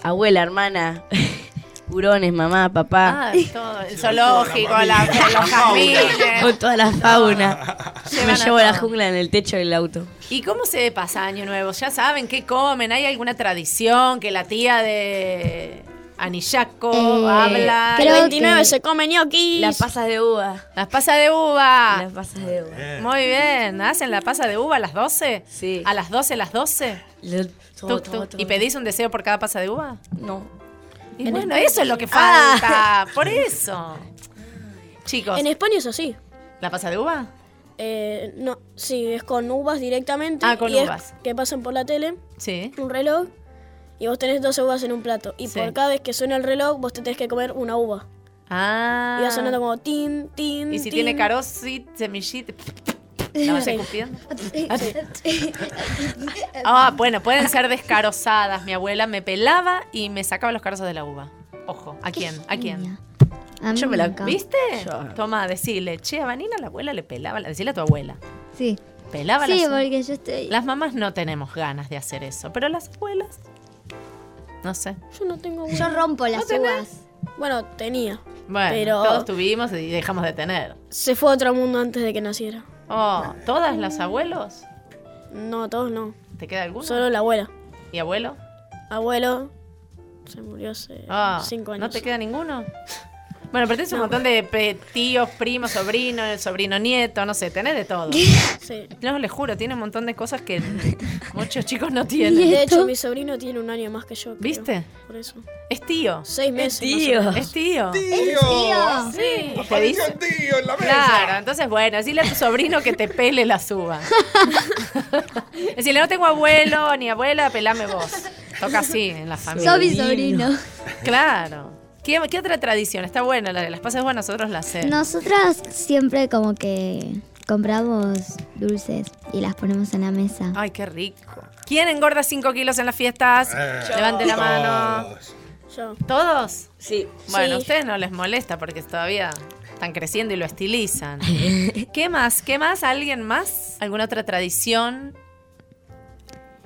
Speaker 9: abuela, hermana, hurones, mamá, papá.
Speaker 3: Ah, todo, el zoológico, la- los
Speaker 9: Con
Speaker 3: jardines.
Speaker 9: toda la fauna.
Speaker 3: Llevan
Speaker 9: Me
Speaker 3: a
Speaker 9: llevo a la
Speaker 3: todo.
Speaker 9: jungla en el techo del auto.
Speaker 3: ¿Y cómo se pasa Año Nuevo? ¿Ya saben qué comen? ¿Hay alguna tradición que la tía de Anillaco
Speaker 11: Eh,
Speaker 3: habla?
Speaker 11: creo El 29 que- se
Speaker 3: come ñoquis.
Speaker 11: Las
Speaker 3: pasas de uva. Las pasas de uva.
Speaker 9: Las pasas de uva.
Speaker 3: Muy bien. ¿Hacen la pasa de uva a las 12? Sí. ¿A las 12, las 12?
Speaker 9: Le- todo,
Speaker 3: Tuc, tuc.
Speaker 9: todo, todo.
Speaker 3: ¿Y pedís un deseo por cada pasa de uva?
Speaker 9: No.
Speaker 3: Y
Speaker 11: En
Speaker 3: bueno,
Speaker 11: España.
Speaker 3: eso es lo que falta.
Speaker 11: Ah.
Speaker 3: Por eso. Chicos.
Speaker 11: En España es así.
Speaker 3: ¿La pasa de uva?
Speaker 11: Eh, no, sí, es con uvas directamente.
Speaker 3: Ah, con
Speaker 11: y es
Speaker 3: uvas.
Speaker 11: que pasan por la tele,
Speaker 3: Sí.
Speaker 11: un reloj, y vos tenés dos uvas en un plato. Y
Speaker 3: Sí.
Speaker 11: por cada vez que suena el reloj, vos te tenés que comer una uva.
Speaker 3: Ah.
Speaker 11: Y va sonando como tin, tin.
Speaker 3: Y si
Speaker 11: tin.
Speaker 3: tiene carosit, semillita. ¿La vas
Speaker 11: Sí.
Speaker 3: escupiendo? Ah, bueno, pueden ser descarozadas. Mi abuela me pelaba y me sacaba los carozos de la uva. Ojo, ¿a quién? ¿A quién?
Speaker 8: A mí
Speaker 3: Yo me la
Speaker 8: nunca.
Speaker 3: ¿Viste? Toma, decile, che, a Vanina la abuela le pelaba, la- decile a tu abuela.
Speaker 8: Sí.
Speaker 3: Pelaba
Speaker 8: Sí,
Speaker 3: las-
Speaker 8: porque yo estoy...
Speaker 3: Las mamás no tenemos ganas de hacer eso, pero las abuelas, no sé.
Speaker 11: Yo no tengo
Speaker 8: Yo rompo las uvas.
Speaker 11: Bueno, tenía.
Speaker 3: Bueno,
Speaker 11: Pero-
Speaker 3: todos tuvimos y dejamos de tener.
Speaker 11: Se fue a otro mundo antes de que naciera.
Speaker 3: Oh, ¿todas los abuelos?
Speaker 11: No, todos no.
Speaker 3: ¿Te queda alguno?
Speaker 11: Solo la abuela.
Speaker 3: ¿Y abuelo?
Speaker 11: Abuelo se murió hace
Speaker 3: Ah,
Speaker 11: cinco años.
Speaker 3: ¿No te queda ninguno? Bueno, pero tenés un montón de pe- tíos, primos, sobrinos, sobrino nieto, no sé, tenés de todo.
Speaker 11: Sí.
Speaker 3: No, les juro, tiene un montón de cosas que muchos chicos no tienen.
Speaker 11: De hecho, mi sobrino tiene un año más que yo. creo,
Speaker 3: ¿Viste?
Speaker 11: Por eso.
Speaker 3: Es tío.
Speaker 11: Seis meses. más o menos.
Speaker 3: Es tío.
Speaker 11: Tío.
Speaker 3: Ah. Sí.
Speaker 11: Apareció
Speaker 5: un tío en la mesa.
Speaker 3: Claro, entonces bueno, decirle a tu sobrino que te pele la suba. decirle, no tengo abuelo ni abuela, pelame vos. Toca así en la familia.
Speaker 8: Soy mi sobrino.
Speaker 3: Claro. ¿Qué, qué otra tradición? Está buena, la de las pasas buenas, nosotros la hacemos.
Speaker 8: Nosotras siempre como que compramos dulces y las ponemos en la mesa.
Speaker 3: Ay, qué rico. ¿Quién engorda 5 kilos en las fiestas?
Speaker 15: Eh,
Speaker 3: Levante la
Speaker 15: todos.
Speaker 3: mano. ¿Todos? Sí. Bueno,
Speaker 15: Sí.
Speaker 3: a ustedes no les molesta porque todavía están creciendo y lo estilizan. ¿Qué más? ¿Qué más? ¿Alguien más? ¿Alguna otra tradición?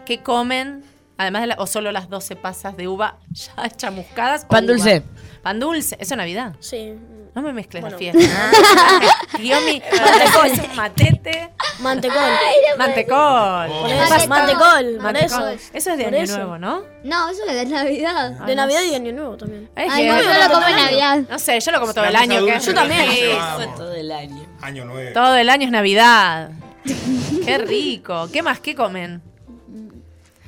Speaker 3: ¿Qué comen? Además de la- o solo las 12 pasas de uva ya chamuscadas. o
Speaker 9: Pan
Speaker 3: uva.
Speaker 9: dulce.
Speaker 3: Pan dulce. ¿Eso es Navidad?
Speaker 11: Sí.
Speaker 3: No me mezcles
Speaker 11: Bueno.
Speaker 3: la fiesta. Guiomi,
Speaker 11: Mantecol.
Speaker 3: es un matete.
Speaker 11: Mantecol.
Speaker 3: Mantecol.
Speaker 11: Por eso, mantecol, por
Speaker 3: Mantecol.
Speaker 11: eso.
Speaker 3: Eso es de
Speaker 11: Por
Speaker 3: año
Speaker 11: eso.
Speaker 3: nuevo, ¿no?
Speaker 11: No, eso es de Navidad. De
Speaker 3: Ah,
Speaker 11: Navidad
Speaker 3: no
Speaker 11: y
Speaker 3: sé.
Speaker 11: Año Nuevo también.
Speaker 3: Es
Speaker 11: Ay, no,
Speaker 3: que-
Speaker 11: yo lo como en Navidad.
Speaker 3: No sé, yo lo como todo
Speaker 11: La
Speaker 3: el
Speaker 11: mesa
Speaker 3: año. ¿qué?
Speaker 11: dulce Yo también.
Speaker 3: Sí.
Speaker 5: Todo el año. Año nuevo.
Speaker 3: Todo el año es Navidad. Qué rico. ¿Qué más? ¿Qué comen?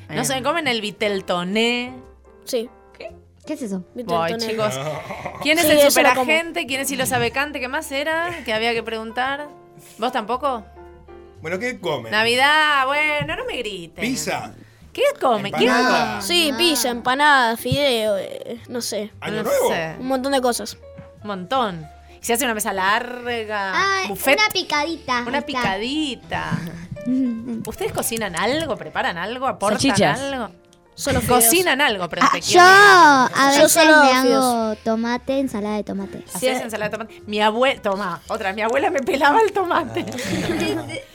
Speaker 3: No sé, comen el viteltoné.
Speaker 11: Em. Sí.
Speaker 3: ¿Qué?
Speaker 8: ¿Qué es eso?
Speaker 3: Voy, chicos. ¿Quién es
Speaker 11: Sí,
Speaker 3: el
Speaker 11: eso lo como.
Speaker 3: superagente? ¿Quién es Hilos Abecante? ¿Qué más era? Que había que preguntar. ¿Vos tampoco?
Speaker 5: Bueno, ¿qué comen?
Speaker 3: Navidad, bueno, no me griten.
Speaker 5: Pizza.
Speaker 3: ¿Qué comen? ¿Qué
Speaker 5: Empanada.
Speaker 3: comen?
Speaker 11: Sí, pizza, empanada, fideo, eh, no sé.
Speaker 3: ¿Año No Nuevo? sé.
Speaker 11: Un montón de cosas.
Speaker 3: Un montón. Y se hace una mesa larga.
Speaker 11: Ah,
Speaker 3: buffet.
Speaker 11: una
Speaker 1: picadita.
Speaker 3: Una
Speaker 11: está.
Speaker 3: picadita. ¿Ustedes cocinan algo? ¿Preparan algo? ¿Aportan
Speaker 8: Salchichas.
Speaker 3: algo?
Speaker 11: Solo
Speaker 8: fideos. Ah,
Speaker 3: Cocinan algo, pero te
Speaker 8: Yo
Speaker 3: quiero.
Speaker 8: a
Speaker 3: Yo
Speaker 8: veces
Speaker 3: solo
Speaker 8: me
Speaker 3: fideos.
Speaker 8: hago tomate, ensalada de tomate.
Speaker 3: Hacías ensalada de tomate. Mi abuela, toma, otra, mi abuela me pelaba el tomate.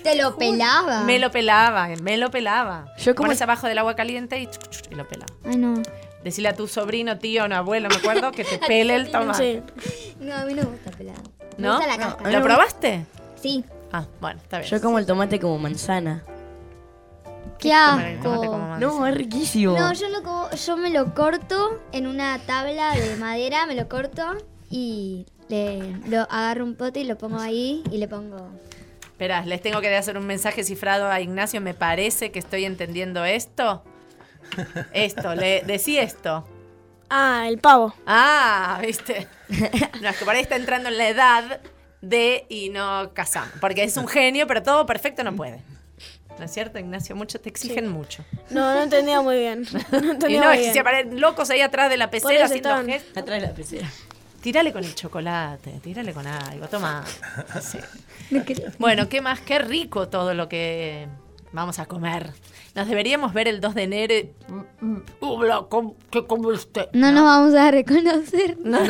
Speaker 8: Te lo pelaba.
Speaker 3: me lo pelaba, me lo pelaba.
Speaker 8: Yo como-
Speaker 3: Pones abajo del agua caliente y, chuc, chuc, y lo pelaba.
Speaker 8: Ay, no.
Speaker 3: Decirle a tu sobrino, tío, un abuelo, me acuerdo, que te pele el tomate.
Speaker 8: No, a mí no me gusta pelado. Me
Speaker 3: ¿No?
Speaker 8: gusta la
Speaker 3: No,
Speaker 8: cáscara.
Speaker 3: ¿Lo probaste?
Speaker 8: Sí.
Speaker 3: Ah, bueno, está bien.
Speaker 9: Yo como el tomate como manzana.
Speaker 8: Qué asco.
Speaker 9: No, es riquísimo.
Speaker 8: No, yo, lo co- yo me lo corto en una tabla de madera, me lo corto y le lo agarro un pote y lo pongo ahí y le pongo.
Speaker 3: Esperá, les tengo que hacer un mensaje cifrado a Ignacio. Me parece que estoy entendiendo esto. Esto, le decí esto.
Speaker 11: Ah, el pavo.
Speaker 3: Ah, viste. No, es que por ahí está entrando en la edad de y no casamos. Porque es un genio, pero todo perfecto no puede. ¿No es cierto, Ignacio? Mucho te exigen
Speaker 11: Sí.
Speaker 3: mucho.
Speaker 11: No, no entendía muy bien. No
Speaker 3: Y
Speaker 11: entendía
Speaker 3: no,
Speaker 11: muy
Speaker 3: es que
Speaker 11: bien.
Speaker 3: se parecen locos ahí atrás de la
Speaker 11: Por
Speaker 3: pecera
Speaker 11: eso
Speaker 3: haciendo
Speaker 11: estaban-
Speaker 3: gestos.
Speaker 9: Atrás de la pecera.
Speaker 3: Tírale con el chocolate, tírale con algo, toma. Sí.
Speaker 8: Me quería-
Speaker 3: Bueno, qué más, qué rico todo lo que vamos a comer. Nos deberíamos ver el 2 de enero. y- Uh, bla, com- ¿Qué come usted?
Speaker 8: No nos vamos a reconocer.
Speaker 3: No.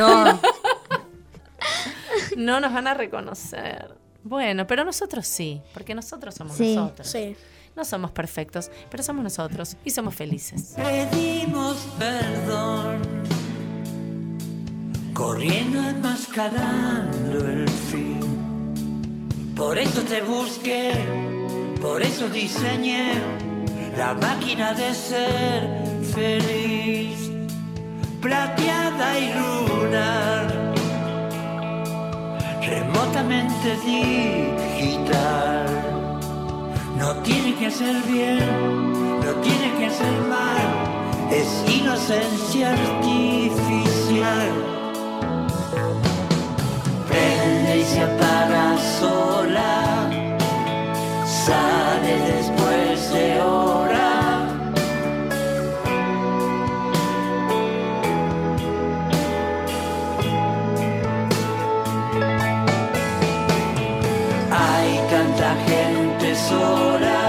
Speaker 3: No nos van a reconocer. Bueno, pero nosotros sí, porque nosotros somos
Speaker 13: Sí.
Speaker 3: nosotros. No somos perfectos, pero somos nosotros y somos felices.
Speaker 13: Pedimos perdón, corriendo enmascarando el fin. Por eso te busqué, por eso diseñé la máquina de ser feliz, plateada y lunar, remotamente digital. No tiene que ser bien, no tiene que ser mal es inocencia artificial. Prende y se apaga sola, sale después de hora. Hay tanta gente sola.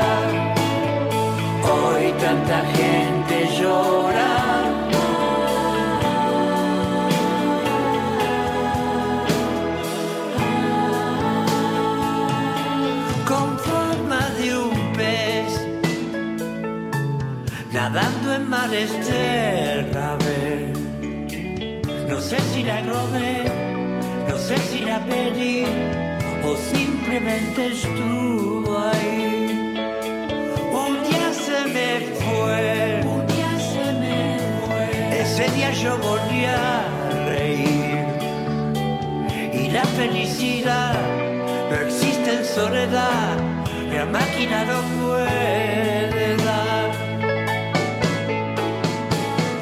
Speaker 13: Hoy tanta gente llora. Con forma de un pez, nadando en mares de Rabel. No sé si la robé, no sé si la pedí, o simplemente estuvo ahí. Un día se me fue, un día se me fue. Ese día yo volví a reír. Y la felicidad no existe en soledad, la máquina no puede dar.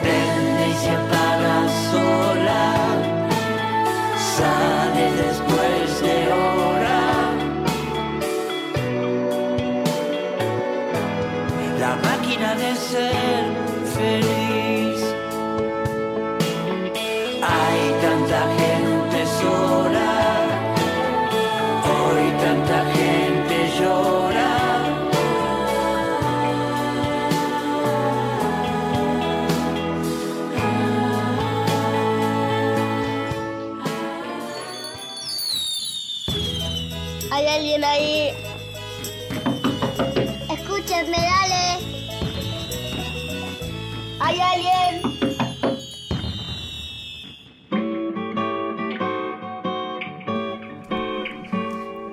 Speaker 13: Prende y se apaga sola, sale después de hora. la máquina de ser feliz. Hay tanta gente sola, hoy tanta gente llora.
Speaker 2: alguien ahí.
Speaker 6: Escúchenme, dale.
Speaker 2: ¿Hay alguien?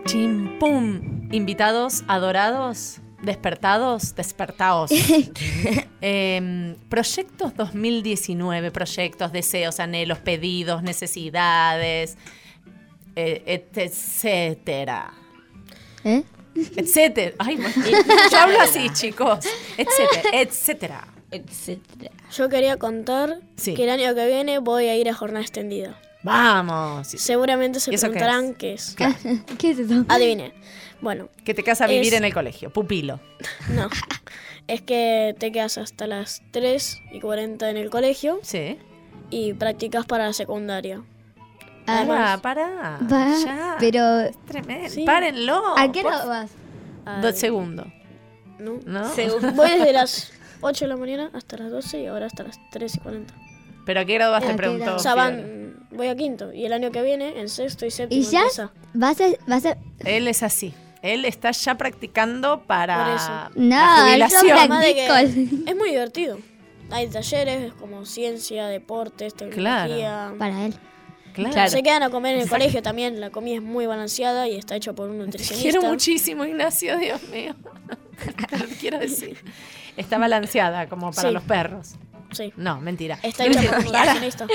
Speaker 3: Chim, pum. Invitados, adorados, despertados, despertaos. Em, proyectos 2019, proyectos, deseos, anhelos, pedidos, necesidades, eh, et- etcétera.
Speaker 8: ¿Eh?
Speaker 3: Etcétera. Ay, bueno, yo hablo así, chicos. Etcétera, etcétera.
Speaker 11: Yo quería contar
Speaker 3: Sí.
Speaker 11: que el año que viene voy a ir a jornada extendida.
Speaker 3: Vamos.
Speaker 11: Seguramente se
Speaker 3: ¿Y eso qué
Speaker 11: preguntarán
Speaker 3: es?
Speaker 11: qué es.
Speaker 3: Claro.
Speaker 8: Ah, ¿Qué es eso?
Speaker 11: Adivinen. Bueno,
Speaker 3: Que te quedas a
Speaker 11: Es-
Speaker 3: vivir en el colegio, pupilo.
Speaker 11: no. es que te quedas hasta las 3 y 40 en el colegio.
Speaker 3: Sí.
Speaker 11: Y practicas para la secundaria.
Speaker 8: Ah,
Speaker 11: Además-
Speaker 3: pará.
Speaker 8: Va, pero...
Speaker 3: Tremendo.
Speaker 11: Sí.
Speaker 3: Párenlo.
Speaker 8: ¿A qué
Speaker 11: por-
Speaker 8: hora vas?
Speaker 3: Dos segundos.
Speaker 11: No.
Speaker 3: ¿No?
Speaker 11: Voy desde las 8 de la mañana hasta las 12 y ahora hasta las 3 y 40.
Speaker 3: ¿Pero a qué grado
Speaker 8: Ah,
Speaker 3: vas? Te preguntó.
Speaker 11: O sea,
Speaker 3: Fiore.
Speaker 11: van, voy a quinto y el año que viene en sexto y séptimo.
Speaker 8: ¿Y ya?
Speaker 11: empieza.
Speaker 8: ¿Vas a...? Vas a...
Speaker 3: Él es así. Él está ya practicando para
Speaker 8: No,
Speaker 3: la
Speaker 8: yo
Speaker 3: jubilación.
Speaker 11: Además de que
Speaker 8: Practico.
Speaker 11: es muy divertido. Hay talleres como ciencia, deportes, tecnología.
Speaker 8: Para él.
Speaker 3: Claro.
Speaker 11: Se quedan a comer en el
Speaker 3: Exacto.
Speaker 11: colegio también. La comida es muy balanceada y está hecha por un nutricionista.
Speaker 3: Quiero muchísimo, Ignacio, Dios mío. Lo que quiero decir. Está balanceada como para
Speaker 11: Sí.
Speaker 3: los perros.
Speaker 11: Sí.
Speaker 3: No, mentira.
Speaker 11: Está hecha por un
Speaker 3: Para.
Speaker 11: nutricionista.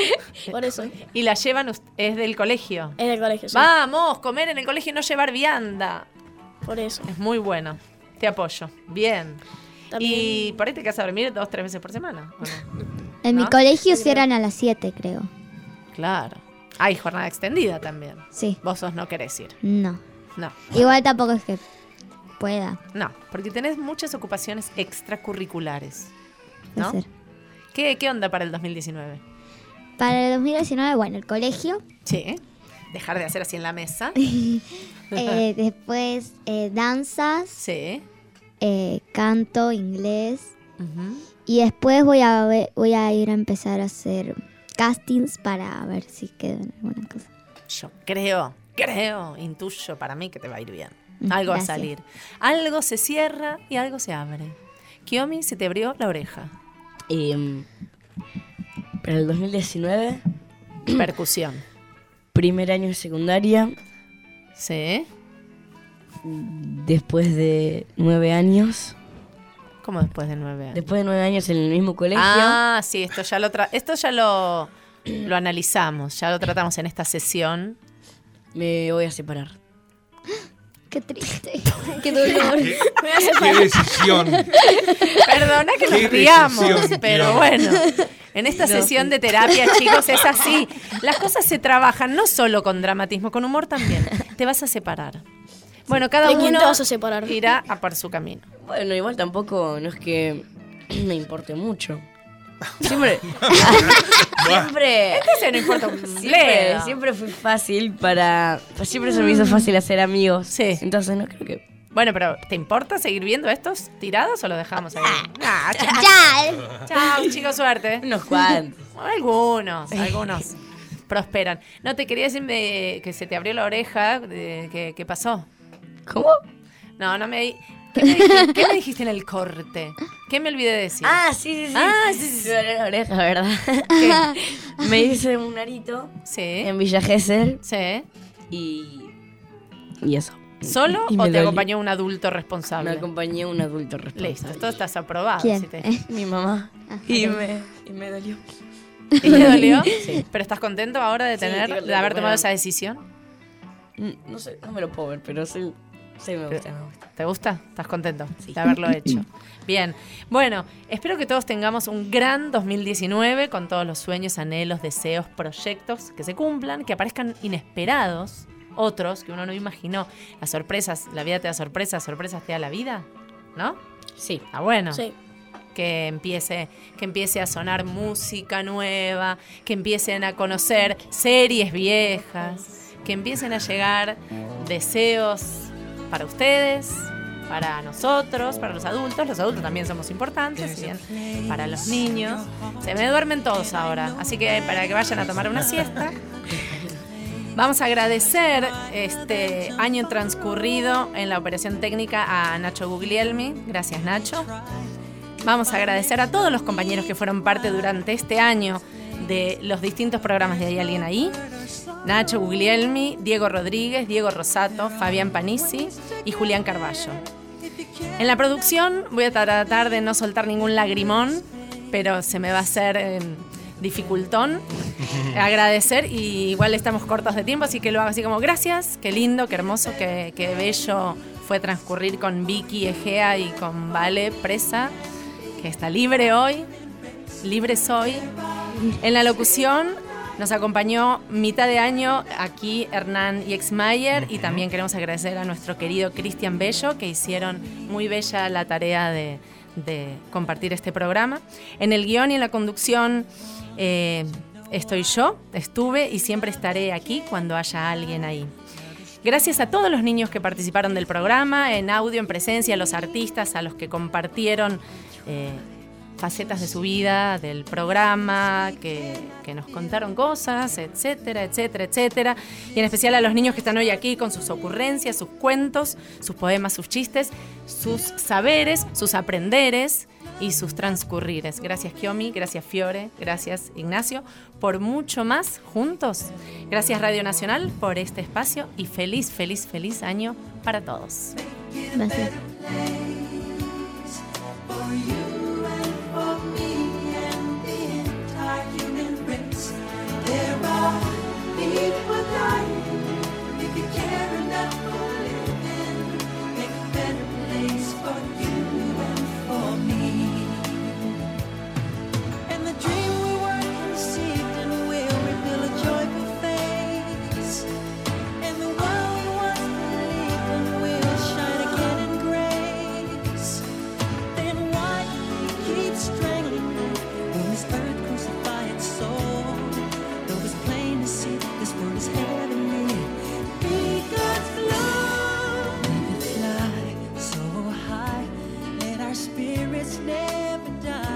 Speaker 11: Por eso.
Speaker 3: Y la llevan, ust- es del colegio.
Speaker 11: Es del colegio, sí.
Speaker 3: Vamos, comer en el colegio y no llevar vianda.
Speaker 11: Por eso.
Speaker 3: Es muy bueno. Te apoyo. Bien. Y por ahí te quedas a dormir dos, tres veces por semana. ¿o no?
Speaker 8: En mi
Speaker 3: ¿No?
Speaker 8: colegio cierran a las 7, creo.
Speaker 3: Claro. Hay jornada extendida también.
Speaker 8: Sí.
Speaker 3: Vos sos no querés ir.
Speaker 8: No.
Speaker 3: No.
Speaker 8: Igual tampoco es que pueda.
Speaker 3: No, porque tenés muchas ocupaciones extracurriculares. ¿No?
Speaker 8: Puede ser.
Speaker 3: ¿Qué, qué onda para el 2019?
Speaker 8: Para el 2019, bueno, el colegio.
Speaker 3: Sí. Dejar de hacer así en la mesa.
Speaker 8: Eh, después, eh, danzas. Eh,
Speaker 3: Sí.
Speaker 8: canto, inglés. Y después voy a, ver- voy a ir a empezar a hacer castings para ver si quedo en alguna cosa.
Speaker 3: Yo creo, creo, intuyo para mí que te va a ir bien. Algo va a
Speaker 8: Mm, Gracias.
Speaker 3: salir. Algo se cierra y algo se abre. Kiomi se te abrió la oreja.
Speaker 9: Em, para el 2019.
Speaker 3: Percusión.
Speaker 9: Primer año de secundaria.
Speaker 3: Sí.
Speaker 9: Después de nueve años.
Speaker 3: ¿Cómo después de nueve años?
Speaker 9: Después de nueve años en el mismo colegio.
Speaker 3: Ah, sí, esto ya lo tra- esto ya lo, lo analizamos, ya lo tratamos en esta sesión.
Speaker 9: Me voy a separar.
Speaker 8: Qué triste.
Speaker 11: Qué dolor.
Speaker 5: Qué- qué decisión.
Speaker 3: Perdona que
Speaker 5: Qué
Speaker 3: nos riamos,
Speaker 5: decisión,
Speaker 3: pero
Speaker 5: Dios.
Speaker 3: bueno. En esta
Speaker 9: No,
Speaker 3: sesión
Speaker 9: sí.
Speaker 3: de terapia, chicos, es así. Las cosas se trabajan no solo con dramatismo, con humor también. Te vas a separar. Bueno, cada
Speaker 11: ¿De
Speaker 3: uno
Speaker 11: quién te vas a separar?
Speaker 3: irá a por su camino.
Speaker 9: Bueno, igual tampoco, no es que me importe mucho. Siempre. siempre.
Speaker 3: se Este no importa un
Speaker 9: Siempre,
Speaker 3: bledo.
Speaker 9: siempre fue fácil para. Siempre se me hizo fácil hacer amigos.
Speaker 3: Sí.
Speaker 9: Entonces no creo que.
Speaker 3: Bueno, pero ¿te importa seguir viendo estos tirados o los dejamos ahí?
Speaker 9: Ah,
Speaker 3: Nah, chao. Chao, chicos, suerte.
Speaker 9: Unos cuantos.
Speaker 3: Algunos, algunos. Prosperan. No, te quería decir eh, que se te abrió la oreja. eh, que ¿Qué pasó?
Speaker 9: ¿Cómo?
Speaker 3: No, no me... di- ¿Qué me, dijiste, qué me dijiste en el corte? ¿Qué me olvidé de decir?
Speaker 9: Ah, sí, sí, sí.
Speaker 3: Ah, sí, sí, sí.
Speaker 9: Me duele la oreja, ¿verdad? me hice un arito
Speaker 3: Sí.
Speaker 9: en Villa Gesell
Speaker 3: Sí.
Speaker 9: y. Y eso.
Speaker 3: ¿Solo
Speaker 9: Y me
Speaker 3: o te
Speaker 9: dolió.
Speaker 3: acompañó un adulto responsable?
Speaker 9: Me acompañé un adulto responsable.
Speaker 3: Listo, esto estás aprobado.
Speaker 9: ¿Quién? Eh. Ah,
Speaker 3: si te-
Speaker 9: Mi mamá. Y me, y me dolió.
Speaker 3: ¿Y te dolió? ¿Pero estás contento ahora de
Speaker 9: Sí,
Speaker 3: tener,
Speaker 9: digo,
Speaker 3: de haber
Speaker 9: bueno.
Speaker 3: tomado esa decisión?
Speaker 9: Mm, No sé, no me lo puedo ver, pero sí, sí me gusta. me gusta.
Speaker 3: ¿Te gusta? ¿Estás contento de haberlo hecho? Bien. Bueno, espero que todos tengamos un gran 2019 con todos los sueños, anhelos, deseos, proyectos que se cumplan, que aparezcan inesperados, otros que uno no imaginó. Las sorpresas, la vida te da sorpresas, sorpresas te da la vida, ¿no?
Speaker 9: Sí.
Speaker 3: Ah, bueno.
Speaker 11: Sí.
Speaker 3: Que empiece, que empiece a sonar música nueva, que empiecen a conocer series viejas, que empiecen a llegar deseos para ustedes, para nosotros, para los adultos. Los adultos también somos importantes, si bien para los niños. Se me duermen todos ahora, así que para que vayan a tomar una siesta. Vamos a agradecer este año transcurrido en la operación técnica a Nacho Guglielmi. Gracias, Nacho. Vamos a agradecer a todos los compañeros que fueron parte durante este año de los distintos programas de Hay Alguien Ahí. Nacho Guglielmi, Diego Rodríguez, Diego Rosato, Fabián Panisi y Julián Carballo. En la producción voy a tratar de no soltar ningún lagrimón, pero se me va a hacer eh, dificultón. Agradecer y igual estamos cortos de tiempo, así que lo hago así como gracias, qué lindo, qué hermoso, qué, qué bello fue transcurrir con Vicky Egea y con Vale Presa, que está libre hoy, libre soy. En la locución nos acompañó mitad de año aquí Hernán y Exmayer y también queremos agradecer a nuestro querido Cristian Bello que hicieron muy bella la tarea de, de compartir este programa. En el guión y en la conducción eh, estoy yo, estuve y siempre estaré aquí cuando haya alguien ahí. Gracias a todos los niños que participaron del programa, en audio, en presencia, a los artistas, a los que compartieron eh, facetas de su vida, del programa, que, que nos contaron cosas, etcétera, etcétera, etcétera. Y en especial a los niños que están hoy aquí con sus ocurrencias, sus cuentos, sus poemas, sus chistes, sus saberes, sus aprenderes y sus transcurrires. Gracias Kiomi, gracias Fiore, gracias Ignacio, por mucho más juntos. Gracias Radio Nacional por este espacio y feliz, feliz, feliz año para todos.
Speaker 11: Gracias.
Speaker 13: Strangling when this earth crucify its soul. Though it's plain to see that this world is heavenly, because love we can fly so high, let our spirits never die.